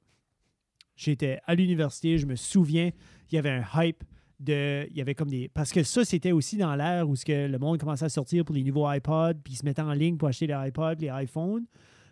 A: J'étais à l'université, je me souviens, il y avait un hype de. Il y avait comme des. Parce que ça, c'était aussi dans l'ère où ce que le monde commençait à sortir pour les nouveaux iPods, puis ils se mettaient en ligne pour acheter les iPods, les iPhones.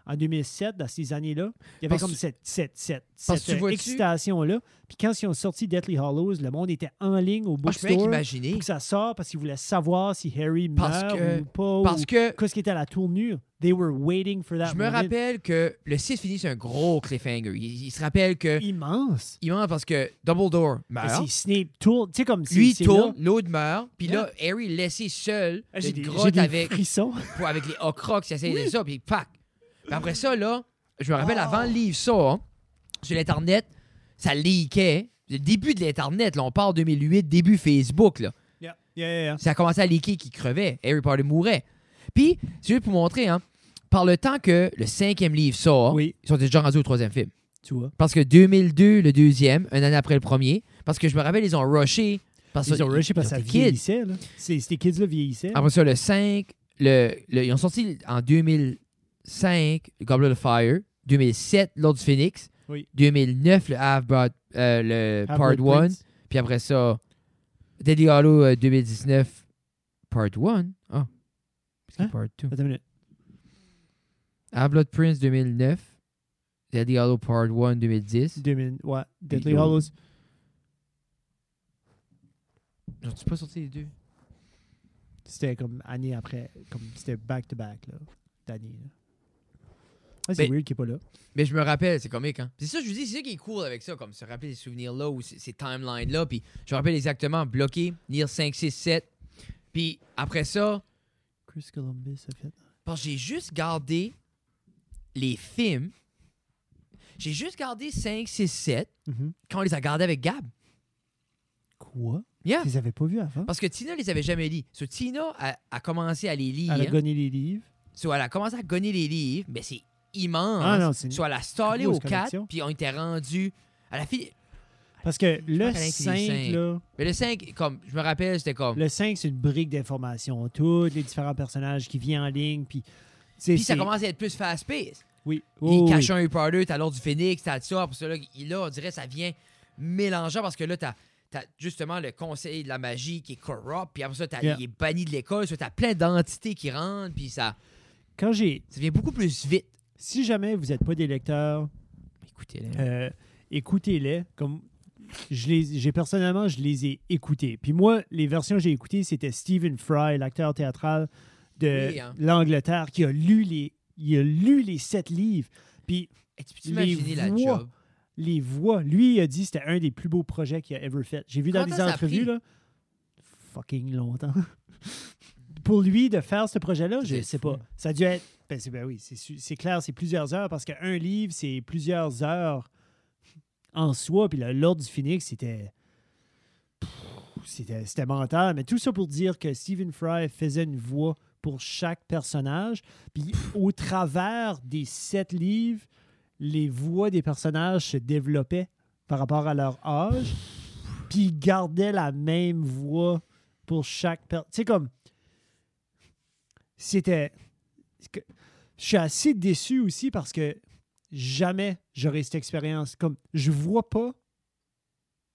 A: En 2007, dans ces années-là, il y avait
B: Parce-
A: comme cette, cette, cette,
B: parce que tu
A: cette, euh,
B: vois-tu-
A: excitation-là. Puis quand ils ont sorti Deathly Hollows, le monde était en ligne au
B: Moi, Ah, je peux rien
A: bookstore
B: qu'imaginer.
A: pour que ça sorte parce qu'ils voulaient savoir si Harry
B: Parce
A: meurt
B: que-
A: ou pas. ou-
B: Parce que
A: qu'est-ce qui était à la tournure. They were waiting for that
B: je me
A: moment.
B: rappelle que le 6 finit sur un gros cliffhanger. Il, il se rappelle que.
A: Immense.
B: Il meurt parce que Dumbledore
A: Et
B: meurt.
A: Ah, C'est Snape tourne. Tu sais, comme c'est-
B: Ben Lui
A: c'est
B: tourne,
A: là. Hein?
B: l'autre meurt, puis là, Harry est laissé seul,
A: Ah,
B: dans
A: J'ai
B: une
A: des, j'ai
B: grotte
A: des
B: avec.
A: frissons.
B: pour- avec les Ocrocs, ils essayaient de ça, puis pac. Puis après ça, là, je me rappelle,
A: Oh.
B: avant le livre, ça, hein, sur l'Internet, ça leakait. Le début de l'Internet, là, on parle 2008, début Facebook, là.
A: Yeah, yeah, yeah, yeah.
B: Ça a commencé à leaker qui crevait. Harry Potter mourait. Puis, c'est juste pour montrer, hein, par le temps que le cinquième livre sort,
A: Oui,
B: ils sont déjà rendus au troisième film.
A: tu vois.
B: Parce que 2002, le deuxième, un an après le premier, parce que je me rappelle, ils ont rushé. Parce
A: Ils ont Ah, rushé parce que
B: ils
A: ça
B: étaient kids.
A: vieillissait. Là. Ces, ces kids-là vieillissaient.
B: Après ça, le 5, le, le- ils ont sorti en 2005 le Goblet of Fire, 2007 l'Ordre du Phoenix,
A: Oui.
B: 2009 le Half-Blood, euh, le
A: Half-Blood
B: Part 1,
A: Prince.
B: puis après ça, Deadly Hollow euh, 2019 Part 1. Ah, c'est
A: Hein?
B: Part 2.
A: Attends une minute.
B: Half-Blood Prince 2009, Deadly Hollow Part 1 2010.
A: Deux minutes. Ouais. Deadly
B: Ils ont-
A: Hollows.
B: N'ont-tu pas sorti les deux?
A: C'était comme année après. comme C'était back-to-back là, d'année. là. Ah,
B: Mais-
A: c'est weird qu'il n'est pas là.
B: Mais je me rappelle, c'est comique, hein. C'est ça, je vous dis, c'est ça qui est cool avec ça, comme se rappeler ces souvenirs-là ou ces, ces timelines-là. Puis je me rappelle exactement, bloqué, lire 5, 6, 7. Puis après ça,
A: Chris Columbus a fait.
B: parce que j'ai juste gardé les films. J'ai juste gardé 5, 6, 7
A: Mhm.
B: quand on les a gardés avec Gab.
A: Quoi?
B: Yeah.
A: Tu les avais pas vus avant?
B: Parce que Tina les avait jamais lus. So, Tina a, a commencé à les lire.
A: Elle a gagné les livres.
B: So, elle a commencé à gonner les livres, mais c'est immense.
A: Ah non, c'est une
B: Soit elle a stallé
A: grosse
B: au 4,
A: collection.
B: puis on était rendu. à la fille.
A: Parce que
B: qu'elle a
A: le
B: écrit les
A: 5,
B: cinq.
A: là,
B: Mais le 5, comme, je me rappelle, c'était comme.
A: Le 5, c'est une brique d'informations. Tous les différents personnages qui viennent en ligne. Puis, tu sais,
B: Puis ça
A: c'est-
B: commence à être plus fast-paced.
A: Oui.
B: il
A: Oh, oui.
B: cache un Harry Potter, t'as l'ordre du Phoenix, t'as de ça. Pour ça, là, il- là, on dirait ça vient mélangeant parce que là, t'as as justement le conseil de la magie qui est corrupt, puis après ça, t'as-
A: Yeah.
B: il est banni de l'école, soit t'as plein d'entités qui rentrent, puis ça,
A: Quand j'ai.
B: ça vient beaucoup plus vite.
A: Si jamais vous n'êtes pas des lecteurs,
B: Écoutez, là.
A: euh, écoutez-les. Comme. Je les, j'ai personnellement, je les ai écoutés. Puis moi, les versions que j'ai écoutées, c'était Stephen Fry, l'acteur théâtral de
B: Oui, hein.
A: l'Angleterre, qui a lu les, il a lu les sept livres. Puis
B: Hey, tu peux
A: les
B: imaginer la
A: voix.
B: job?
A: les voix. Lui, il a dit que c'était un des plus beaux projets qu'il a ever fait. J'ai vu dans
B: Combien
A: des
B: de temps ça a
A: entrevues,
B: pris?
A: là, fucking longtemps. Pour lui, de faire ce projet-là,
B: Ça
A: je
B: doit
A: ne
B: être
A: sais
B: fou.
A: pas. Ça a dû être. Ben, c'est, ben oui, c'est, su- c'est clair, c'est plusieurs heures parce qu'un livre, c'est plusieurs heures en soi. Puis là, l'Ordre du Phoenix, c'était. Pff, C'était, c'était mental. Mais tout ça pour dire que Stephen Fry faisait une voix pour chaque personnage. Puis au travers des sept livres, les voix des personnages se développaient par rapport à leur âge. Puis il gardait la même voix pour chaque personne. Tu sais, comme. C'était. c'est que- Je suis assez déçu aussi parce que jamais j'aurais cette expérience. Comme, je vois pas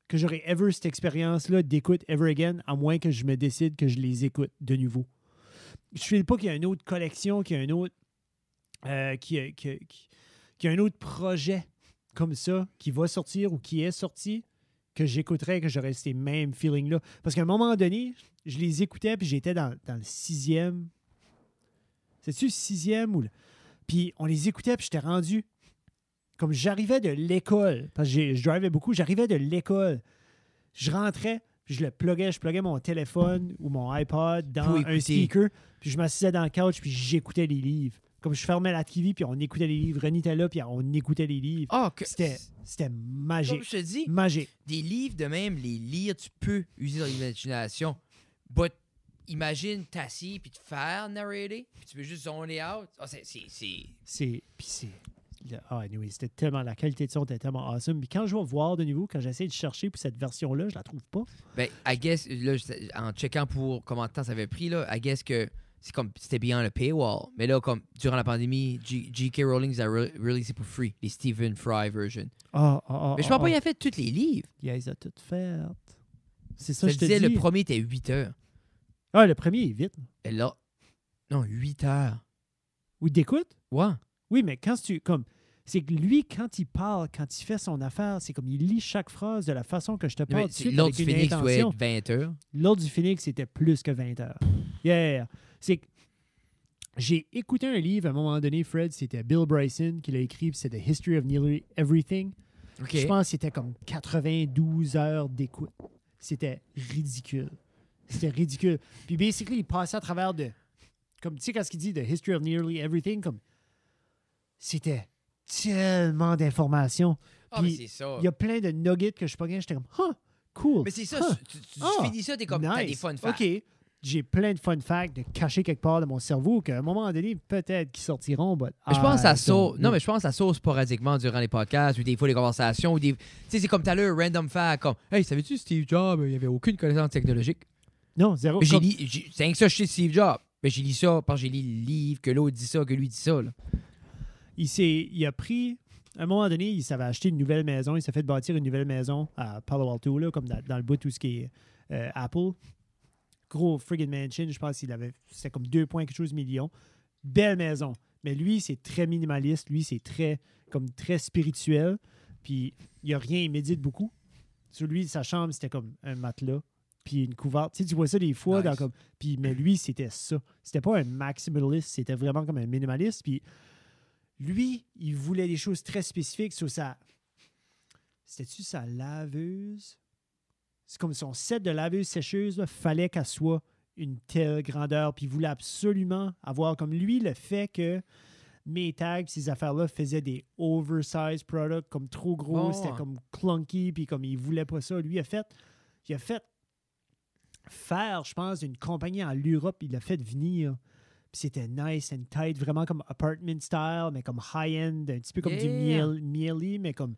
A: que j'aurais ever cette expérience-là d'écoute ever again, à moins que je me décide que je les écoute de nouveau. Je ne pas qu'il y a une autre collection, qu'il y a un autre, euh, qu'il y a- qu'il y a- qu'il y a un autre projet comme ça qui va sortir ou qui est sorti que j'écouterais, que j'aurais ces mêmes feelings-là. Parce qu'à un moment donné, je les écoutais, puis j'étais dans, dans le sixième. C'est-tu le sixième ou le... Puis on les écoutait, puis j'étais rendu. Comme j'arrivais de l'école, parce que j'ai- je drivais beaucoup, j'arrivais de l'école. Je rentrais, puis je le pluguais, je pluguais mon téléphone ou mon iPod dans
B: Pour
A: un
B: écouter.
A: speaker, puis je m'assisais dans le couch, puis j'écoutais les livres. Comme je fermais la TV, puis on écoutait les livres. René était là, puis on écoutait les livres.
B: Ah, que-
A: C'était c'était
B: Comme
A: magique.
B: je te dis,
A: Magique.
B: des livres de même, les lire, tu peux user ton imagination. But imagine t'assis puis te faire narrater, puis tu peux juste zoner out. Ah, c'est- c'est- c'est.
A: C'est. Puis c'est. le- Ah, anyway, c'était tellement. La qualité de son était tellement awesome. Puis quand je vais voir de nouveau, quand j'essaie de chercher pour cette version-là, je la trouve pas.
B: Ben, I guess, là, je- en checkant pour comment de temps ça avait pris, là, I guess que c'est comme c'était bien le paywall. Mais là, comme durant la pandémie, G- J.K. Rowling les a re- releasé pour free, les Stephen Fry version.
A: Ah, ah, ah.
B: Mais je
A: ah,
B: pense pas
A: ah.
B: qu'il a fait tous les livres.
A: Yeah, ils ont tout fait. C'est ça,
B: Ça,
A: je
B: je
A: te
B: disais,
A: dis.
B: le premier était 8 heures.
A: Ah, le premier est vite.
B: Et là, non, 8 heures.
A: Ou d'écoute?
B: Ouais.
A: Oui, mais quand tu. Comme. C'est que lui, quand il parle, quand il fait son affaire, c'est comme il lit chaque phrase de la façon que je te
B: Non, mais
A: parle. tout de suite
B: L'Ordre
A: avec
B: du
A: une
B: Phoenix doit
A: intention.
B: être 20 heures.
A: L'autre du Phoenix, c'était plus que 20 heures. Yeah! C'est que j'ai écouté un livre à un moment donné, Fred, c'était Bill Bryson qui l'a écrit, puis c'est The History of Nearly Everything.
B: OK.
A: Je pense que c'était comme 92 heures d'écoute. C'était ridicule. C'était ridicule. Puis basically, il passait à travers de. Comme tu sais, quand ce qu'il dit, The History of Nearly Everything, comme. C'était tellement d'informations.
B: Ah, mais
A: Puis,
B: c'est ça.
A: Il y a plein de nuggets que je pognais, j'étais comme, huh, cool.
B: Mais c'est ça,
A: huh.
B: tu, tu- tu
A: Ah,
B: finis ça, t'es comme, t'as des
A: Nice.
B: fun facts.
A: OK. J'ai plein de fun facts de cachés quelque part dans mon cerveau qu'à un moment donné, peut-être qu'ils sortiront. But
B: Mais je pense
A: I
B: à ça.
A: don't
B: Non,
A: know.
B: mais je pense à ça sporadiquement durant les podcasts ou des fois les conversations. ou des... Tu sais, c'est comme tout à l'heure, random fact, comme Hey, savais-tu Steve Jobs, il n'y avait aucune connaissance technologique.
A: Non, zéro.
B: Mais j'ai
A: Comme-
B: lu, j'ai- c'est rien que ça, je sais Steve Jobs. Mais j'ai lu ça parce que j'ai lu le livre, que l'autre dit ça, que lui dit ça. là.
A: il, s'est- il a pris. À un moment donné, il s'avait acheté une nouvelle maison. Il s'est fait bâtir une nouvelle maison à Palo Alto, là, comme dans, dans le bout de tout ce qui est euh, Apple. Gros friggin' mansion, je pense qu'il avait. C'était comme 2 points quelque chose millions. Belle maison. Mais lui, c'est très minimaliste. Lui, c'est très comme très spirituel. Puis il a rien, il médite beaucoup. Sur lui, sa chambre, c'était comme un matelas. Puis une couverte. Tu, sais, tu vois ça des fois dans
B: Nice.
A: comme. Puis, mais lui, c'était ça. C'était pas un maximaliste, c'était vraiment comme un minimaliste. Puis lui, il voulait des choses très spécifiques sur sa. C'était-tu sa laveuse? C'est comme son set de laveuse sécheuse, là, fallait qu'elle soit une telle grandeur. Puis il voulait absolument avoir comme lui le fait que mes tags, ces affaires-là faisaient des oversized products, comme trop gros,
B: Ouais,
A: c'était
B: ouais.
A: comme clunky, puis comme il voulait pas ça. Lui a fait. Il a fait faire, je pense, une compagnie en Europe, il l'a fait venir. Puis c'était nice and tight, vraiment comme apartment style, mais comme high-end, un petit peu comme du
B: Yeah.
A: miel, mielly, mais comme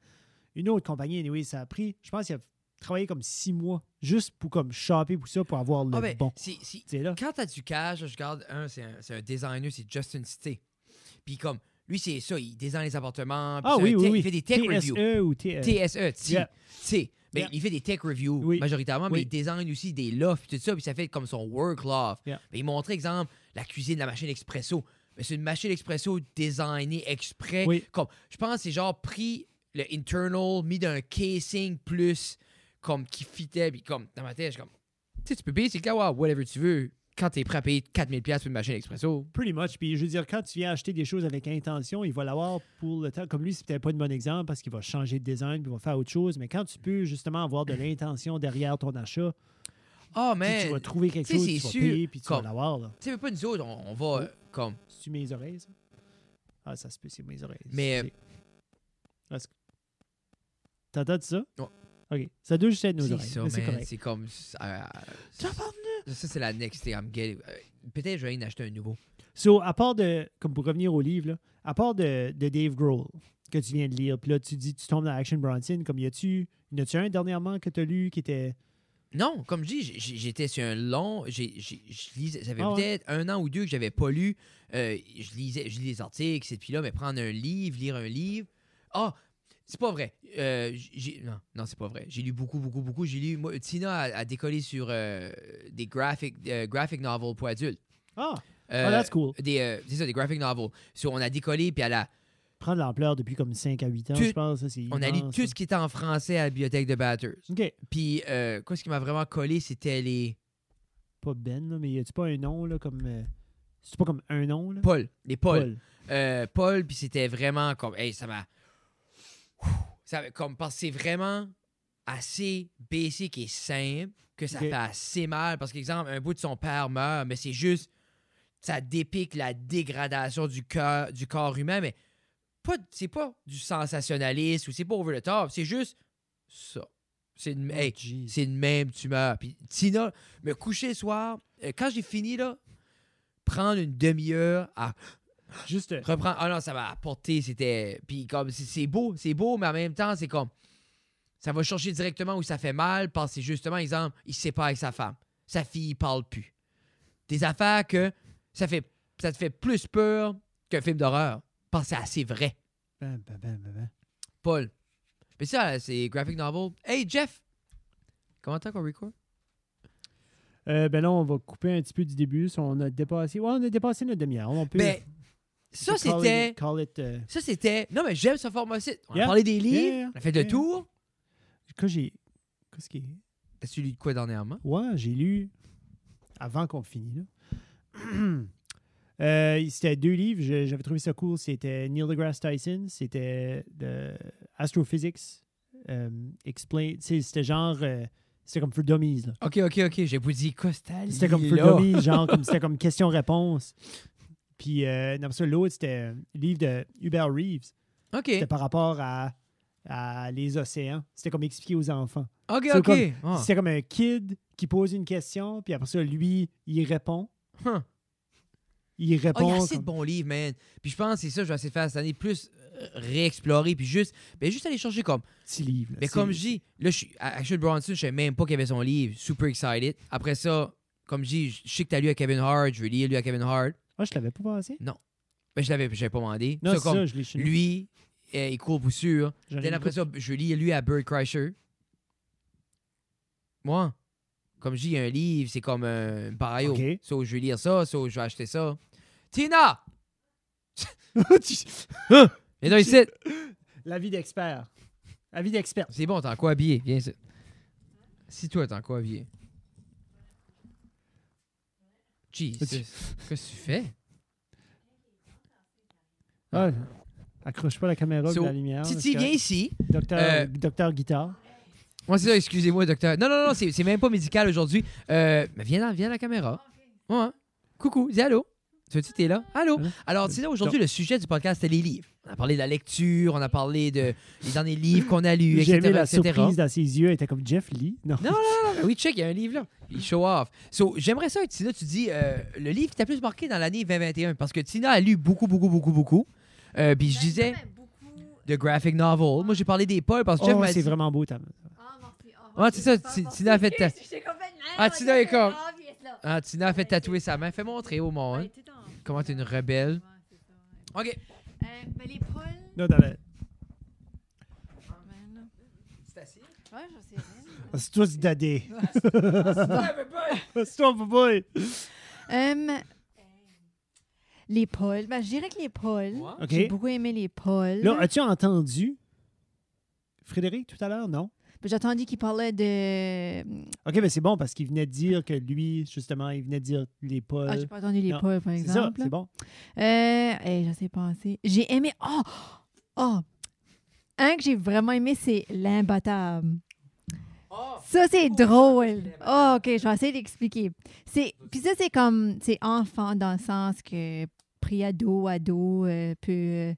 A: une autre compagnie. Anyway, ça a pris, je pense qu'il a travaillé comme six mois juste pour comme shopper pour ça, pour avoir le
B: Ah, ben,
A: bon.
B: c'est- c'est-
A: Tu sais, là.
B: quand t'as du cash, là, je regarde un, c'est un, c'est un designer, c'est Justin Cité. Puis comme, lui, c'est ça, il design les appartements. puis
A: Ah
B: c'est
A: oui,
B: un
A: oui,
B: tech-
A: oui.
B: Il fait des tech reviews.
A: TSE ou T- euh,
B: TSE, T.
A: Yeah.
B: T. Ben,
A: Yeah.
B: Il fait des tech reviews
A: Oui.
B: majoritairement, mais
A: Oui.
B: il design aussi des lofts puis tout ça, puis ça fait comme son work loft.
A: Yeah.
B: Ben, il montrait, exemple, la cuisine, la machine expresso. Ben, c'est une machine expresso designée exprès.
A: Oui.
B: Comme, je pense que c'est genre pris le internal, mis d'un casing plus, comme qui fitait, puis comme, dans ma tête, je suis comme, tu sais, tu peux payer, c'est que whatever tu veux, quand t'es prêt à payer 4000$ pour une machine expresso.
A: Pretty much. Puis je veux dire, quand tu viens acheter des choses avec intention, il va l'avoir pour le temps. Comme lui, c'est peut-être pas un bon exemple parce qu'il va changer de design, puis il va faire autre chose. Mais quand tu peux justement avoir de l'intention derrière ton achat,
B: Ah,
A: tu sais,
B: mais,
A: tu vas trouver quelque
B: tu sais,
A: chose,
B: c'est
A: tu vas
B: sûr,
A: payer, puis tu vas
B: comme-
A: l'avoir. là.
B: tu sais, pas nous autres, on, on va, euh, comme,
A: C'est-tu mes oreilles, ça? Ah, ça se peut, c'est mes oreilles.
B: Mais, euh,
A: Excusez. Parce que- T'entends ça?
B: Ouais.
A: OK. Ça doit juste être nos
B: C'est
A: oreilles.
B: ça,
A: mais c'est
B: man.
A: correct.
B: C'est comme. euh, ça, c'est la next thing I'm getting. Euh, Peut-être je vais en acheter un nouveau.
A: So, à part de... Comme pour revenir au livre, là, à part de, de Dave Grohl, que tu viens de lire. Puis là, tu dis, tu tombes dans Action Bronson. Comme y a-tu, y a-tu un dernièrement que tu as lu qui était.
B: Non, comme je dis, j- j- j'étais sur un long. j'ai- j'ai- je lisais- ça fait
A: Ah ouais.
B: peut-être un an ou deux que j'avais pas lu. Euh, je lisais, je lis les articles, c'est puis là, mais prendre un livre, lire un livre. Ah, c'est pas vrai. Euh, j'ai- non, non, c'est pas vrai. J'ai lu beaucoup, beaucoup, beaucoup. J'ai lu. moi, Tina a, a décollé sur euh, des graphic, euh, graphic novels pour adultes.
A: Ah,
B: Euh,
A: oh, that's cool.
B: des, euh, c'est ça, des graphic novels. So, on a décollé, puis elle a,
A: Prendre l'ampleur depuis comme 5 à 8 ans,
B: Tu-
A: je pense. ça, c'est
B: on a lu
A: immense, hein.
B: tout
A: ça.
B: ce qui était en français à la bibliothèque de Batters.
A: OK.
B: Puis, euh, quoi, ce qui m'a vraiment collé, c'était les.
A: Pas Ben, là, mais y a-tu pas un nom, là, comme. euh, C'est pas comme un nom, là?
B: Paul. Les Paul. euh, Paul, puis c'était vraiment comme, hey, ça m'a. Ouh, Ça, m'a- comme, parce que c'est vraiment assez basic et simple que ça
A: Ok.
B: fait assez mal. Parce qu'exemple, un bout de son père meurt, mais c'est juste. Ça dépique la dégradation du, cœur, du corps humain, mais pas, c'est pas du sensationnalisme ou c'est pas over the top, c'est juste ça. C'est une.
A: Oh,
B: hey,
A: jeez.
B: c'est une même tumeur. Puis Tina, me coucher le soir, euh, quand j'ai fini, là, prendre une demi-heure à
A: Juste. euh,
B: reprendre. Ah non, ça m'a apporté. C'était. Puis comme, c'est- c'est beau, c'est beau, mais en même temps, c'est comme. Ça va chercher directement où ça fait mal parce que justement, exemple, il se sépare avec sa femme. Sa fille, il parle plus. Des affaires que ça, fait, ça te fait plus peur qu'un film d'horreur. Parce que c'est assez vrai,
A: bam, bam, bam, bam, bam.
B: Paul. Mais ça, c'est graphic novel. Hey, Jeff! Comment t'as qu'on record?
A: Euh, ben là, on va couper un petit peu du début. Ça, on a dépassé. Ouais, on a dépassé notre demi-heure. On peut.
B: Mais Ben,
A: on
B: ça,
A: peut call
B: c'était.
A: it- Call it. euh,
B: Ça, c'était. Non, mais j'aime ce format-ci. On
A: Yeah.
B: a parlé des livres,
A: Yeah, yeah,
B: on a fait le
A: yeah.
B: tour.
A: que j'ai. Qu'est-ce qui est.
B: T'as celui de quoi dernièrement?
A: Ouais, j'ai lu avant qu'on finisse. là. Euh, c'était deux livres, je- j'avais trouvé ça cool. C'était Neil deGrasse Tyson, c'était de Astrophysics. euh, explain, tu sais, c'était genre, euh, c'était comme for dummies. là.
B: Ok, ok, ok. J'ai vous dit Costal.
A: C'était comme for dummies, genre, comme c'était comme question-réponse. Puis, euh, non, ça, l'autre, c'était un livre de Hubert Reeves.
B: Ok,
A: C'était par rapport à, à les océans. C'était comme expliquer aux enfants.
B: ok,
A: c'est
B: ok.
A: comme-
B: Ah.
A: C'est comme un kid qui pose une question, puis après ça, lui, il répond.
B: Huh.
A: Il
B: Ah, il y
A: répond.
B: a assez de
A: comme-
B: bons livres, man. Puis je pense que c'est ça que je vais essayer de faire cette année. Plus euh, réexplorer, puis juste, ben, juste aller chercher comme.
A: Petit livre. là.
B: Mais
A: C'est-
B: comme je dis, là, je suis. à- Actually, Bronson, je savais même pas qu'il y avait son livre. Super excited. Après ça, comme je dis, je sais que t'as lu à Kevin Hart. Je veux lire lui à Kevin Hart.
A: Ah, je l'avais pas passé.
B: Mais je l'avais je l'avais pas demandé.
A: Non,
B: Ça,
A: c'est
B: comme
A: ça, je l'ai chez nous.
B: lui, euh, il court pour sûr.
A: J'en ai
B: Dès
A: une
B: après ça, je lis lui à Bird Crusher. Moi, comme je dis, un livre, c'est comme un pareil.
A: Ok.
B: So, je vais lire ça, so, je vais acheter ça. Tina!
A: coupe. Tu-
B: Viens donc ici!
A: L'avis d'expert. Avis d'expert.
B: C'est bon, t'es en quoi habillé? Viens ici. Si toi, t'es en quoi habillé? Jesus. Qu'est-ce que tu fais?
A: Ah, accroche pas la caméra
B: So,
A: ou la lumière.
B: Titi, viens ici.
A: Docteur,
B: Euh,
A: docteur Guitare.
B: Moi, c'est ça, excusez-moi, docteur. Non, non, non, c'est c'est même pas médical aujourd'hui. Euh, mais viens, dans- viens à la caméra. Ouais. hein. Coucou, dis allô. Tu veux-tu, t'es là? Allô?
A: Allô?
B: Alors, tu sais, aujourd'hui, le sujet du podcast, c'était les livres. On a parlé de la lecture, on a parlé de, des derniers livres qu'on a lus, etc.
A: J'ai aimé la
B: etc.
A: surprise dans ses yeux. Elle était comme Jeff Lee. Non.
B: Non, non, non, oui, check, il y a un livre là. Il show off. So, j'aimerais ça, Tina, tu dis euh, le livre qui t'a plus marqué dans l'année 2021, parce que Tina a lu beaucoup, beaucoup, beaucoup, beaucoup. Euh, Puis je
C: Ben,
B: disais,
C: ben, beaucoup.
B: de graphic novel. Moi, j'ai parlé des Paul parce que Jeff
A: Oh,
B: m'a
A: c'est
B: dit-
A: vraiment beau, ta main.
C: Ah, merci. Ah,
B: Ouais,
C: ok,
B: c'est ça,
C: pas
B: Ti-
C: merci.
B: Tina a fait ta-
C: J'étais complètement-
B: Ah, Tina est comme-
C: Ah, viens là.
B: Ah, Tina a fait tatouer sa main. Fais montrer au monde.
C: Ouais, t'es dans-
B: Comment t'es une rebelle.
C: Ouais, c'est ça, ouais.
B: OK.
C: Euh, ben, les poules.
A: Non, dans la-
C: ben, là. Ouais, j'en sais rien.
A: C'est toi, c'est dadé. C'est toi, boy.
C: Hum, les Pauls. Ben, je dirais que les Pauls.
B: Ouais.
A: OK.
C: J'ai beaucoup aimé les Pauls.
B: euh,
A: Là, as-tu entendu Frédéric tout à l'heure? Non?
C: Ben, J'attendais qu'ils parlaient de.
A: OK, mais c'est bon parce qu'il venait de dire que lui, justement, il venait de dire les Paul.
B: Euh,
C: Ah, j'ai pas entendu les
A: non.
C: Pauls, par
A: c'est ça,
C: exemple.
A: c'est bon.
C: Euh, hey, je sais penser. J'ai aimé. Oh! Oh! Un que j'ai vraiment aimé, c'est l'imbattable. Ça, c'est
B: Oh,
C: drôle.
B: c'est
C: Oh, OK, je vais essayer d'expliquer. C'est, puis ça, c'est comme, c'est enfant dans le sens que pris ado, ado euh, peut euh,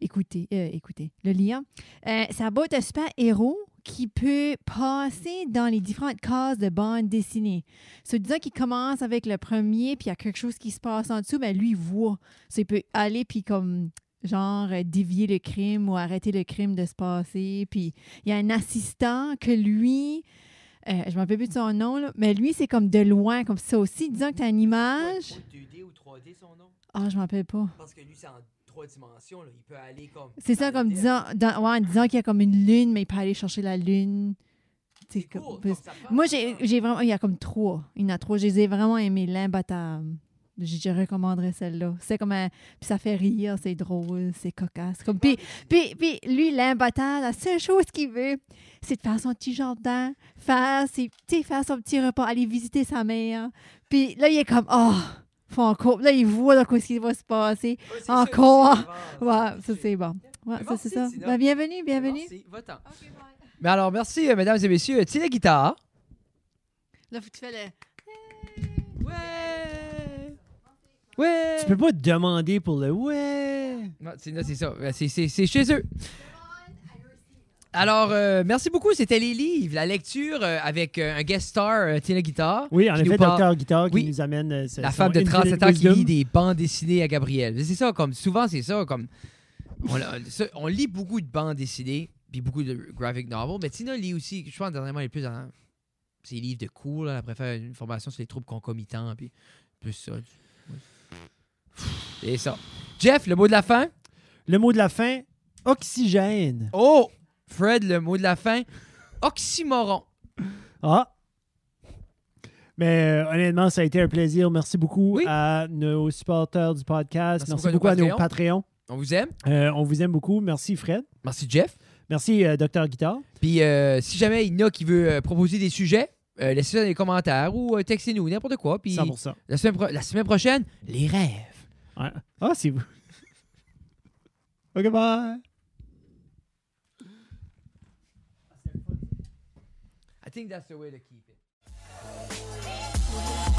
C: écouter, euh, écouter le lien. Euh, ça va être un super héros qui peut passer dans les différentes cases de bande dessinée. So, disons qu'il commence ben, avec le premier, puis il y a quelque chose qui se passe en dessous, mais lui, il voit. So, il peut aller, puis comme genre euh, dévier le crime ou arrêter le crime de se passer. Puis il y a un assistant que lui, euh, je ne me rappelle plus de son nom, là, mais lui, c'est comme de loin, comme ça aussi, disons que tu as une image.
B: 2D ou 3D son nom?
C: Ah, je ne me rappelle pas.
B: Parce que lui, c'est en trois dimensions. là. Il peut aller comme.
C: C'est ça,
B: dans
C: comme
B: le depth.
C: disant, dans- ouais, en disant qu'il y a comme une lune, mais il peut aller chercher la lune. C'est
B: C'est
C: comme-
B: cool,
C: plus-
B: comme ça parle,
C: Moi,
B: ça
C: j'ai
B: parle.
C: j'ai vraiment. Il y a comme trois. Il y en a trois. Je les ai vraiment aimés. L'imbattable. Je, je recommanderais celle-là. C'est comme un. Puis ça fait rire, c'est drôle, c'est cocasse. Comme, puis, puis, puis lui, l'imbattable, la seule chose qu'il veut, c'est de faire son petit jardin, faire, ses, tu sais, faire son petit repas, aller visiter sa mère. Puis là, il est comme. Oh! Faut encore. Là, il voit là, qu'est-ce qui va se passer.
B: Ouais, c'est ça,
C: Encore.
B: c'est vraiment,
C: Ouais, ça,
B: c'est-
C: c'est bon. Ouais,
B: Mais
C: ça, c'est
B: merci,
C: ça.
B: Tina.
C: Ben, bienvenue, bienvenue.
B: Merci, va-t'en. Mais alors, merci, euh, mesdames et messieurs. Tu sais, la guitare.
C: Là, faut que tu fais le.
B: Ouais! Ouais!
A: Tu peux pas te demander pour le ouais.
B: Non, c'est là, c'est ça. Euh, c'est- C'est c'est chez eux. Alors, euh, merci beaucoup. C'était les livres, la lecture euh, avec euh, un guest star, euh, Tina Guitar.
A: Oui, en
B: qui nous
A: effet,
B: parle-
A: Docteur Guitar qui
B: Oui.
A: nous amène. euh, ce-
B: La
A: son
B: femme de 37 ans qui
A: infinite
B: lit
A: wisdom.
B: des bandes dessinées à Gabriel. C'est ça, comme souvent, c'est ça. comme on, a- ça, on lit beaucoup de bandes dessinées, puis beaucoup de graphic novels, mais Tina lit aussi, je pense, dernièrement, elle est plus dans ses livres de cours. là. Elle préfère une formation sur les troubles concomitants, puis plus ça. Ouais. C'est ça. Jeff, le mot de la fin?
A: Le mot de la fin oxygène.
B: Oh! Fred, le mot de la fin. Oxymoron.
A: Ah! Mais euh, honnêtement, ça a été un plaisir. Merci beaucoup
B: Oui.
A: à nos supporters du podcast.
B: Merci
A: Merci,
B: beaucoup
A: beaucoup
B: à
A: à
B: nos
A: nos Patreons.
B: On vous aime.
A: Euh, on vous aime beaucoup. Merci Fred.
B: Merci, Jeff.
A: Merci euh, Docteur Guitar.
B: Puis euh, si jamais il y en a qui veut euh, proposer des sujets, euh, laissez ça dans les commentaires ou euh, textez-nous, n'importe quoi. Puis
A: 100%.
B: la semaine, pro- la semaine prochaine, les rêves.
A: Ouais. Ah, c'est vous. OK, bye.
B: I think that's the way to keep it.